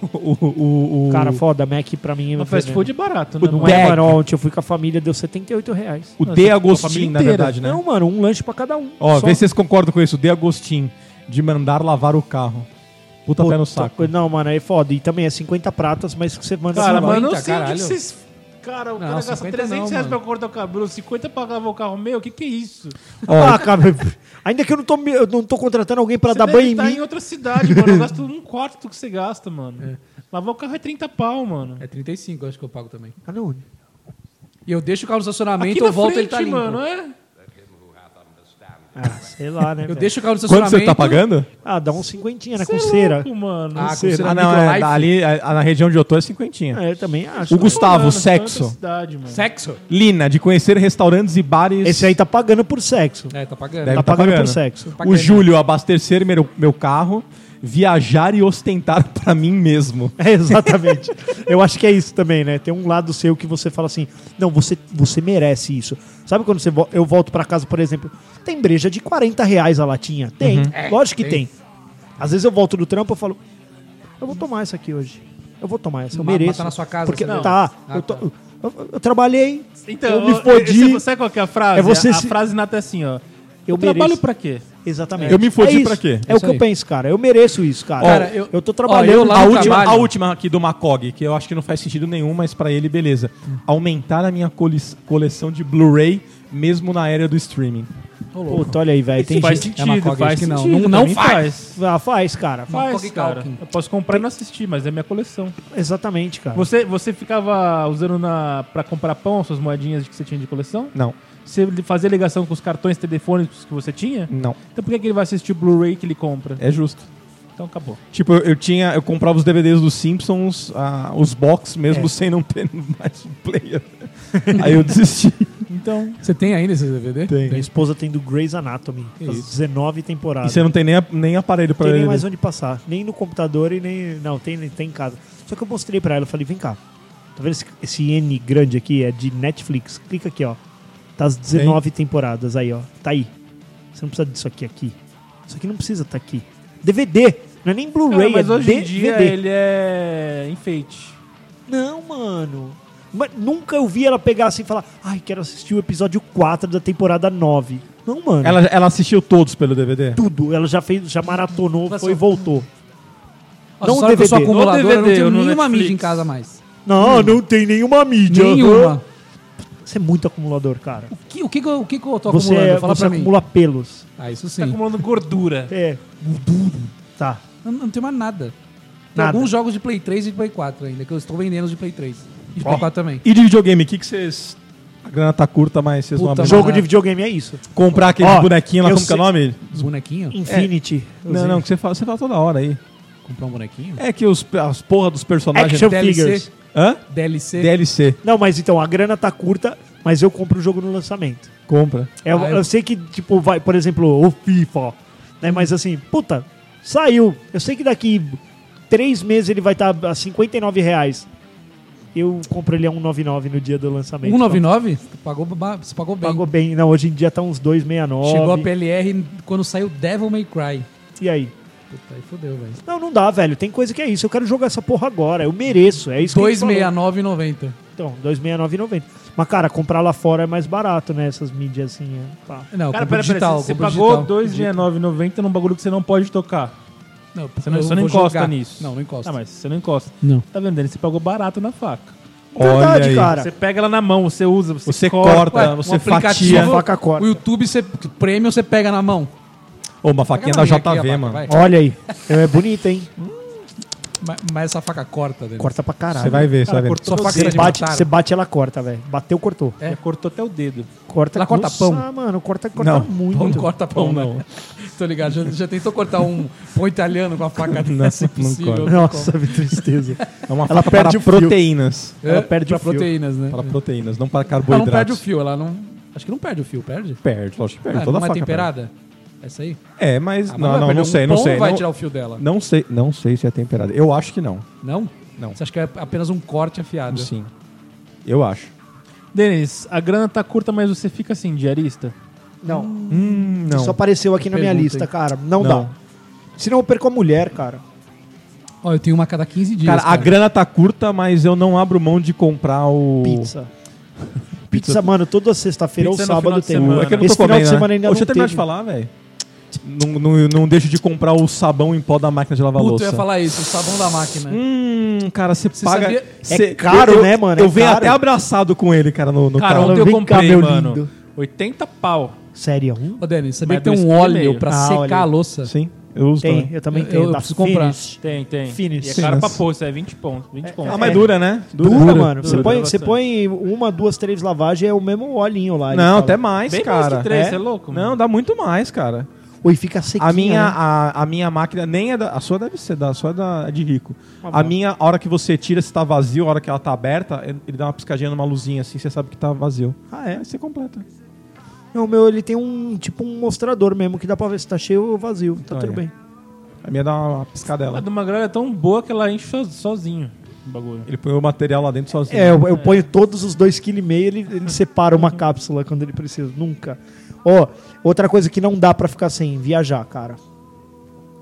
[SPEAKER 1] O, o, o-
[SPEAKER 3] Cara, foda, Mac pra mim é
[SPEAKER 2] O fast food é barato, né?
[SPEAKER 1] O
[SPEAKER 3] Não
[SPEAKER 2] mano?
[SPEAKER 3] é,
[SPEAKER 1] Bag.
[SPEAKER 3] mano, ontem eu fui com a família, deu 78 reais.
[SPEAKER 1] o
[SPEAKER 2] Não,
[SPEAKER 1] De
[SPEAKER 2] você- a
[SPEAKER 1] Agostin,
[SPEAKER 2] família
[SPEAKER 1] na
[SPEAKER 2] inteira.
[SPEAKER 1] verdade, né?
[SPEAKER 3] Não, mano, um lanche pra cada um.
[SPEAKER 1] Ó,
[SPEAKER 3] Só.
[SPEAKER 1] vê se vocês concordam com isso. O De Agostin, de mandar lavar o carro. Puta pé
[SPEAKER 3] Puta
[SPEAKER 1] no tá saco.
[SPEAKER 3] coisa- Não, mano, é foda. E também é 50 pratas, mas que você manda...
[SPEAKER 2] Cara,
[SPEAKER 3] assim,
[SPEAKER 2] mas eu não
[SPEAKER 4] 50,
[SPEAKER 2] sei o que
[SPEAKER 4] caralho.
[SPEAKER 2] que vocês. Cara, o
[SPEAKER 4] Não,
[SPEAKER 2] cara gasta
[SPEAKER 4] 50
[SPEAKER 2] 300
[SPEAKER 4] não,
[SPEAKER 2] reais pra
[SPEAKER 4] mano.
[SPEAKER 2] cortar o cabelo, 50 pagava o carro meu, o que que é isso? Você
[SPEAKER 1] Ó,
[SPEAKER 3] Ah, cara, ainda que eu não tô, me- eu não tô contratando alguém pra dar
[SPEAKER 2] deve
[SPEAKER 3] banho em
[SPEAKER 2] tá
[SPEAKER 3] mim.
[SPEAKER 2] em outra cidade, mano, eu gasto um quarto do que você gasta, mano. Lavar o carro é 30 pau, mano.
[SPEAKER 4] é 35, eu acho que eu pago também.
[SPEAKER 3] Ah, não.
[SPEAKER 4] E eu deixo o carro no estacionamento,
[SPEAKER 2] Aqui
[SPEAKER 4] eu
[SPEAKER 2] na
[SPEAKER 4] volto
[SPEAKER 2] frente,
[SPEAKER 4] ele tá limpo.
[SPEAKER 2] mano, é?
[SPEAKER 3] Ah, sei lá, né,
[SPEAKER 4] Eu
[SPEAKER 3] velho?
[SPEAKER 4] deixo o carro no
[SPEAKER 1] quanto
[SPEAKER 4] estacionamento.
[SPEAKER 1] você tá pagando?
[SPEAKER 3] Ah, dá uns cinquentinha, né,
[SPEAKER 2] Cê é
[SPEAKER 3] com cera.
[SPEAKER 2] louco, mano.
[SPEAKER 4] Ah, com
[SPEAKER 2] Cê-
[SPEAKER 4] cera.
[SPEAKER 1] Ah, não, é,
[SPEAKER 4] Life.
[SPEAKER 1] ali, é, na região de eu tô é cinquentinha.
[SPEAKER 3] É, eu também acho.
[SPEAKER 1] O Gustavo,
[SPEAKER 2] Mano,
[SPEAKER 1] sexo.
[SPEAKER 2] tanta cidade, mano.
[SPEAKER 4] Sexo?
[SPEAKER 1] Lina, de conhecer restaurantes e bares.
[SPEAKER 3] Esse aí tá pagando por sexo.
[SPEAKER 4] É, tá pagando.
[SPEAKER 1] Deve tá
[SPEAKER 3] tá, pagando,
[SPEAKER 1] pagando.
[SPEAKER 3] por sexo.
[SPEAKER 4] Tá
[SPEAKER 1] O
[SPEAKER 4] pagando.
[SPEAKER 1] Júlio, abastecer meu, meu carro, viajar e ostentar pra mim mesmo.
[SPEAKER 3] É, exatamente. Eu acho que é isso também, né? Tem um lado seu que você fala assim, não, você, você merece isso. Sabe quando você vo- eu volto pra casa, por exemplo, tem breja de 40 reais a latinha?
[SPEAKER 4] Uhum.
[SPEAKER 1] É,
[SPEAKER 3] Tem, lógico que tem. Às vezes eu volto do trampo e falo, eu vou tomar isso aqui hoje. Eu vou tomar essa, eu
[SPEAKER 4] Ma-
[SPEAKER 3] mereço.
[SPEAKER 4] matar na sua casa,
[SPEAKER 3] Porque
[SPEAKER 4] você viu?
[SPEAKER 3] não tá.
[SPEAKER 4] Ah,
[SPEAKER 3] eu,
[SPEAKER 4] tá.
[SPEAKER 3] to- eu- eu trabalhei,
[SPEAKER 2] Então,
[SPEAKER 3] Eu me
[SPEAKER 2] ó,
[SPEAKER 3] fodi.
[SPEAKER 2] esse- Sabe qual que é a frase?
[SPEAKER 3] É você
[SPEAKER 2] a, a
[SPEAKER 3] se-
[SPEAKER 2] frase nata é assim, ó.
[SPEAKER 3] Eu
[SPEAKER 2] Eu, trabalho
[SPEAKER 3] mereço.
[SPEAKER 2] pra quê?
[SPEAKER 3] Exatamente.
[SPEAKER 1] Eu me fodi
[SPEAKER 3] é
[SPEAKER 1] pra
[SPEAKER 3] isso.
[SPEAKER 1] quê?
[SPEAKER 3] É o
[SPEAKER 4] Isso
[SPEAKER 3] que eu
[SPEAKER 4] aí.
[SPEAKER 3] penso, cara. Eu mereço isso, cara.
[SPEAKER 4] Cara, eu-
[SPEAKER 3] tô
[SPEAKER 4] ó, eu
[SPEAKER 3] trabalhando.
[SPEAKER 4] lá
[SPEAKER 1] A
[SPEAKER 4] no
[SPEAKER 1] última,
[SPEAKER 4] trabalho-
[SPEAKER 1] a última aqui do Macog, que eu acho que não faz sentido nenhum, mas pra ele, beleza. Aumentar a minha coli- coleção de Blu-ray, mesmo na era do streaming.
[SPEAKER 3] Puta, olha aí, velho. Tem
[SPEAKER 2] faz
[SPEAKER 3] gente.
[SPEAKER 2] sentido,
[SPEAKER 4] Macog,
[SPEAKER 2] faz
[SPEAKER 4] acho que
[SPEAKER 2] sentido.
[SPEAKER 4] não.
[SPEAKER 2] pra
[SPEAKER 4] Não- não
[SPEAKER 2] mim
[SPEAKER 4] faz.
[SPEAKER 3] Ah, faz, cara.
[SPEAKER 2] Faz,
[SPEAKER 4] Macaulay
[SPEAKER 2] cara.
[SPEAKER 4] Culkin.
[SPEAKER 2] Eu posso comprar e não assistir, mas é minha coleção.
[SPEAKER 3] Exatamente, cara.
[SPEAKER 2] Você, você ficava usando na, pra comprar pão suas moedinhas que você tinha de coleção?
[SPEAKER 1] Não,
[SPEAKER 2] Você fazia ligação com os cartões telefônicos que você tinha?
[SPEAKER 4] Hum.
[SPEAKER 1] não.
[SPEAKER 2] Então por que, que ele vai assistir o Blu-ray que ele compra?
[SPEAKER 1] É justo.
[SPEAKER 2] Então acabou.
[SPEAKER 1] Tipo, eu, eu tinha. Eu comprava os DVDs dos Simpsons, ah, os box mesmo sem não ter mais um player. Aí eu desisti.
[SPEAKER 2] Então,
[SPEAKER 4] Você tem ainda esse DVD?
[SPEAKER 1] Tem.
[SPEAKER 3] Minha esposa tem do Grey's Anatomy. as
[SPEAKER 1] E
[SPEAKER 3] 19
[SPEAKER 2] é
[SPEAKER 3] temporadas.
[SPEAKER 1] você não tem nem, a- nem aparelho pra
[SPEAKER 3] tem
[SPEAKER 1] ele.
[SPEAKER 3] nem mais um. onde passar. Nem no computador e nem. Não, tem, tem em casa. Só que eu mostrei pra ela, eu falei, vem cá. Tá vendo esse, esse N grande aqui? É de Netflix. Clica aqui, ó. Tá as 19 temporadas aí, ó. Tá aí. Você não precisa disso aqui aqui. Isso aqui não precisa tá aqui. DVD! Não é nem
[SPEAKER 2] cara,
[SPEAKER 3] Blu-ray,
[SPEAKER 2] mas
[SPEAKER 3] é
[SPEAKER 2] hoje em
[SPEAKER 3] DVD.
[SPEAKER 2] dia ele é enfeite.
[SPEAKER 3] Não, mano. Mas nunca eu vi ela pegar assim e falar, ai, quero assistir o episódio 4 da temporada 9. Não, mano.
[SPEAKER 1] Ela, ela assistiu todos pelo DVD?
[SPEAKER 3] tudo. Ela já fez, já maratonou,
[SPEAKER 4] Mas
[SPEAKER 3] foi e
[SPEAKER 4] só-
[SPEAKER 3] voltou.
[SPEAKER 4] Nossa,
[SPEAKER 3] Não
[SPEAKER 4] só que eu sou
[SPEAKER 3] DVD.
[SPEAKER 4] acumulador,
[SPEAKER 2] Não
[SPEAKER 4] eu não tenho
[SPEAKER 2] DVD, no
[SPEAKER 4] nenhuma
[SPEAKER 2] Netflix.
[SPEAKER 4] mídia em casa mais.
[SPEAKER 3] Não, não tem nenhuma mídia. Uhum.
[SPEAKER 4] Nenhuma.
[SPEAKER 3] Você é muito acumulador, cara.
[SPEAKER 4] O que, o que, que eu- o que que eu tô
[SPEAKER 3] Você,
[SPEAKER 4] acumulando?
[SPEAKER 3] é,
[SPEAKER 4] Fala
[SPEAKER 3] você
[SPEAKER 4] pra mim.
[SPEAKER 3] acumula pelos.
[SPEAKER 4] Ah, isso sim.
[SPEAKER 2] Tá acumulando gordura.
[SPEAKER 3] É. Tá.
[SPEAKER 4] Eu não tenho mais nada. Tem
[SPEAKER 3] Nada.
[SPEAKER 4] alguns jogos de Play 3 e de Play 4 ainda, que eu estou vendendo os de Play 3. E de
[SPEAKER 1] Ó.
[SPEAKER 4] Play 4 também.
[SPEAKER 1] E de videogame, o que que vocês. A grana tá curta, mas vocês não
[SPEAKER 4] Puta,
[SPEAKER 1] abrem.
[SPEAKER 4] mano.
[SPEAKER 1] mão?
[SPEAKER 3] Jogo de videogame é isso.
[SPEAKER 1] Comprar aquele
[SPEAKER 3] Ó,
[SPEAKER 1] bonequinho lá,
[SPEAKER 3] eu
[SPEAKER 1] como que é o
[SPEAKER 3] sei-
[SPEAKER 1] nome?
[SPEAKER 4] Os bonequinhos?
[SPEAKER 3] Infinity.
[SPEAKER 1] Não, não, que você fala, você fala toda hora aí.
[SPEAKER 4] Comprar um bonequinho?
[SPEAKER 1] É que os, as porra dos
[SPEAKER 4] É
[SPEAKER 1] personagens.
[SPEAKER 3] Action
[SPEAKER 4] DLC.
[SPEAKER 3] figures.
[SPEAKER 1] Hã?
[SPEAKER 4] DLC.
[SPEAKER 1] DLC.
[SPEAKER 3] Não, mas então, a grana tá curta, mas eu compro o jogo no lançamento.
[SPEAKER 1] Compra.
[SPEAKER 3] É, eu,
[SPEAKER 4] Ah, eu-
[SPEAKER 3] eu sei que, tipo, vai, por exemplo, o FIFA, né? Mas assim, puta, saiu. Eu sei que daqui três meses ele vai estar a R$ 59 reais. Eu compro ele a 1,99 no dia do
[SPEAKER 2] Um
[SPEAKER 3] lançamento.
[SPEAKER 4] 199? então, Você pagou, ba- você pagou bem.
[SPEAKER 3] Então, pagou bem. Não, hoje em dia tá uns 2,69.
[SPEAKER 4] Chegou a PLR quando saiu Devil May Cry.
[SPEAKER 3] E aí?
[SPEAKER 4] Puta, aí fodeu, velho.
[SPEAKER 3] Não, não dá, velho. Tem coisa que é isso. Eu quero jogar essa porra agora. Eu mereço. É isso que a gente falou.
[SPEAKER 4] 269,90.
[SPEAKER 3] Então, 2,69,90. Mas, cara, comprar lá fora é mais barato, né? Essas mídias assim. é, pá.
[SPEAKER 4] Não, compra
[SPEAKER 2] Cara, pera, pera,
[SPEAKER 4] digital.
[SPEAKER 2] você você
[SPEAKER 4] compra
[SPEAKER 2] pagou
[SPEAKER 4] digital.
[SPEAKER 2] R$2,69,90 num bagulho que você não pode tocar.
[SPEAKER 4] Não,
[SPEAKER 2] Você não,
[SPEAKER 4] eu
[SPEAKER 2] você não
[SPEAKER 4] vou
[SPEAKER 2] encosta
[SPEAKER 4] jogar.
[SPEAKER 2] nisso.
[SPEAKER 4] Não, não encosta.
[SPEAKER 2] Ah, mas você não encosta.
[SPEAKER 4] Não.
[SPEAKER 2] Tá vendo, Denis? Você pagou barato na faca.
[SPEAKER 3] Verdade,
[SPEAKER 1] aí.
[SPEAKER 3] cara.
[SPEAKER 2] Você pega ela na mão, você usa, tá, você,
[SPEAKER 1] Você
[SPEAKER 2] corta.
[SPEAKER 1] corta,
[SPEAKER 4] Ué, um
[SPEAKER 1] você
[SPEAKER 4] aplicativo-
[SPEAKER 1] fatia.
[SPEAKER 3] Faca corta.
[SPEAKER 4] O YouTube, você prêmio, você pega na mão.
[SPEAKER 1] Ô, uma faquinha da
[SPEAKER 4] Pega na
[SPEAKER 3] tá
[SPEAKER 4] minha
[SPEAKER 1] JV,
[SPEAKER 4] aqui, a
[SPEAKER 1] mano.
[SPEAKER 4] faca, vai.
[SPEAKER 3] Olha aí. É bonita, hein?
[SPEAKER 4] Ma- Mas essa faca corta, Denis.
[SPEAKER 3] Corta pra caralho.
[SPEAKER 1] Você vai ver, você vai
[SPEAKER 4] Cara,
[SPEAKER 1] ver.
[SPEAKER 4] cortou a faca
[SPEAKER 3] Você
[SPEAKER 4] de
[SPEAKER 3] bate,
[SPEAKER 4] matar.
[SPEAKER 3] você bate, ela corta, velho. Bateu, cortou.
[SPEAKER 4] É.
[SPEAKER 2] Já cortou até o dedo.
[SPEAKER 3] Corta,
[SPEAKER 4] Ela corta
[SPEAKER 3] Nossa,
[SPEAKER 4] pão?
[SPEAKER 3] mano, corta, corta
[SPEAKER 1] Não,
[SPEAKER 3] muito.
[SPEAKER 4] Pão não corta pão,
[SPEAKER 1] Pão,
[SPEAKER 4] não. Tô ligado, já, já tentou cortar um pão italiano com a faca
[SPEAKER 1] Não,
[SPEAKER 4] dessa, É
[SPEAKER 1] não
[SPEAKER 4] impossível.
[SPEAKER 1] corta.
[SPEAKER 3] Nossa, que tristeza.
[SPEAKER 1] É uma
[SPEAKER 3] Ela
[SPEAKER 1] faca para
[SPEAKER 3] perde o fio.
[SPEAKER 1] proteínas.
[SPEAKER 4] É,
[SPEAKER 3] Ela perde
[SPEAKER 4] pra
[SPEAKER 3] o fio.
[SPEAKER 4] proteínas, né?
[SPEAKER 1] Para proteínas, não para
[SPEAKER 4] Ela não
[SPEAKER 1] carboidratos.
[SPEAKER 4] perde o fio, ela não... Acho que não perde o fio, perde?
[SPEAKER 1] Perde, lógico, perde.
[SPEAKER 4] Ah,
[SPEAKER 1] Toda
[SPEAKER 4] não é
[SPEAKER 1] faca
[SPEAKER 4] temperada? Essa aí?
[SPEAKER 1] perde. É, mas
[SPEAKER 4] Ah, mas
[SPEAKER 1] não,
[SPEAKER 4] vai
[SPEAKER 1] não,
[SPEAKER 4] perder
[SPEAKER 1] não
[SPEAKER 4] um
[SPEAKER 1] sei, não
[SPEAKER 4] pão
[SPEAKER 1] sei.
[SPEAKER 4] vai
[SPEAKER 1] Não,
[SPEAKER 4] tirar o fio dela. Não.
[SPEAKER 1] não sei, não sei se é temperada. Eu acho que não. Não.
[SPEAKER 4] Você acha que é apenas um corte afiado?
[SPEAKER 1] Sim. Eu acho.
[SPEAKER 2] Denis, a grana tá curta, mas você fica assim, diarista?
[SPEAKER 3] Não,
[SPEAKER 1] Hum, não.
[SPEAKER 3] isso apareceu aqui na minha
[SPEAKER 4] Pergunta,
[SPEAKER 3] lista,
[SPEAKER 4] hein?
[SPEAKER 3] cara. Não,
[SPEAKER 1] Não.
[SPEAKER 3] dá. Senão eu perco a mulher, cara.
[SPEAKER 4] Ó, eu tenho uma a cada 15 dias,
[SPEAKER 1] Cara, a grana tá curta, mas eu não abro mão de comprar o.
[SPEAKER 3] Pizza. Tipo, Pizza, mano, toda sexta-feira ou
[SPEAKER 2] Pizza no final
[SPEAKER 3] sábado
[SPEAKER 2] de
[SPEAKER 3] tem. um.
[SPEAKER 2] semana.
[SPEAKER 1] É que eu não
[SPEAKER 3] Esse
[SPEAKER 1] tô
[SPEAKER 3] final
[SPEAKER 1] comendo.
[SPEAKER 3] de
[SPEAKER 1] né?
[SPEAKER 3] semana ainda
[SPEAKER 1] Ô,
[SPEAKER 3] não
[SPEAKER 1] Deixa eu terminar de
[SPEAKER 3] teve.
[SPEAKER 1] falar, velho. Não, não, não deixo de comprar o sabão em pó da máquina de lavar
[SPEAKER 4] Puta,
[SPEAKER 1] louça.
[SPEAKER 4] eu ia falar isso, o sabão da máquina.
[SPEAKER 1] Hum, cara, você
[SPEAKER 4] Você
[SPEAKER 1] paga.
[SPEAKER 4] sabia-
[SPEAKER 1] cê-
[SPEAKER 3] É caro,
[SPEAKER 1] eu-
[SPEAKER 3] né, mano?
[SPEAKER 1] Eu
[SPEAKER 3] É
[SPEAKER 1] venho
[SPEAKER 3] caro.
[SPEAKER 1] até abraçado com ele, cara, no, no
[SPEAKER 2] Cara,
[SPEAKER 1] carro.
[SPEAKER 2] ontem eu
[SPEAKER 3] vem cá,
[SPEAKER 2] comprei,
[SPEAKER 3] meu
[SPEAKER 2] mano.
[SPEAKER 3] lindo.
[SPEAKER 2] 80 pau.
[SPEAKER 3] Sério, um?
[SPEAKER 4] Ô, Denis, sabia
[SPEAKER 2] Mas
[SPEAKER 4] que tem
[SPEAKER 2] dois
[SPEAKER 4] um
[SPEAKER 2] quilos e
[SPEAKER 4] óleo
[SPEAKER 2] meio.
[SPEAKER 4] pra
[SPEAKER 3] Ah, olha
[SPEAKER 4] secar
[SPEAKER 3] aí.
[SPEAKER 4] a louça?
[SPEAKER 1] Sim, eu uso
[SPEAKER 3] Tem,
[SPEAKER 2] né?
[SPEAKER 1] também.
[SPEAKER 3] eu também
[SPEAKER 4] Eu-
[SPEAKER 3] tenho. tá
[SPEAKER 4] eu
[SPEAKER 3] da
[SPEAKER 4] preciso comprar.
[SPEAKER 3] Finish.
[SPEAKER 2] Tem, tem.
[SPEAKER 3] Finis.
[SPEAKER 2] E é caro pra
[SPEAKER 1] Finis.
[SPEAKER 2] pô, isso é 20 pontos. 20 pontos.
[SPEAKER 1] Ah, mas dura, né?
[SPEAKER 3] Dura, mano.
[SPEAKER 2] dura,
[SPEAKER 3] você, põe,
[SPEAKER 2] dura
[SPEAKER 3] você
[SPEAKER 2] bastante.
[SPEAKER 3] põe uma, duas, três lavagens é o mesmo olhinho lá. ele
[SPEAKER 1] Não,
[SPEAKER 3] fala.
[SPEAKER 1] até mais,
[SPEAKER 2] Bem mais
[SPEAKER 1] cara.
[SPEAKER 2] que três, cê é louco,
[SPEAKER 1] Não,
[SPEAKER 2] mano.
[SPEAKER 1] dá muito mais, cara.
[SPEAKER 3] Oi, fica sequinho.
[SPEAKER 1] A minha,
[SPEAKER 3] né?
[SPEAKER 1] a, a minha máquina nem é da. A sua deve ser, da, a sua é da, é de rico. a
[SPEAKER 3] bom.
[SPEAKER 1] minha, a hora que você tira, se tá vazio, a hora que ela tá aberta, ele dá uma piscadinha numa luzinha assim, você sabe que tá vazio.
[SPEAKER 3] Ah, é?
[SPEAKER 1] Aí você completa.
[SPEAKER 3] Não, o meu, ele tem um tipo um mostrador mesmo, que dá pra ver se tá cheio ou vazio. Tá
[SPEAKER 1] Então,
[SPEAKER 3] tudo
[SPEAKER 1] é.
[SPEAKER 3] bem.
[SPEAKER 1] A minha dá uma
[SPEAKER 2] A
[SPEAKER 1] piscadela.
[SPEAKER 2] do Magrela é tão boa que ela enche so- sozinho o bagulho.
[SPEAKER 1] Ele põe o material lá dentro sozinho.
[SPEAKER 3] É, eu, eu ponho todos os 2,5 kg, ele, ele separa uma cápsula quando ele precisa. Nunca. Ó, outra coisa que não dá pra ficar sem, viajar, cara.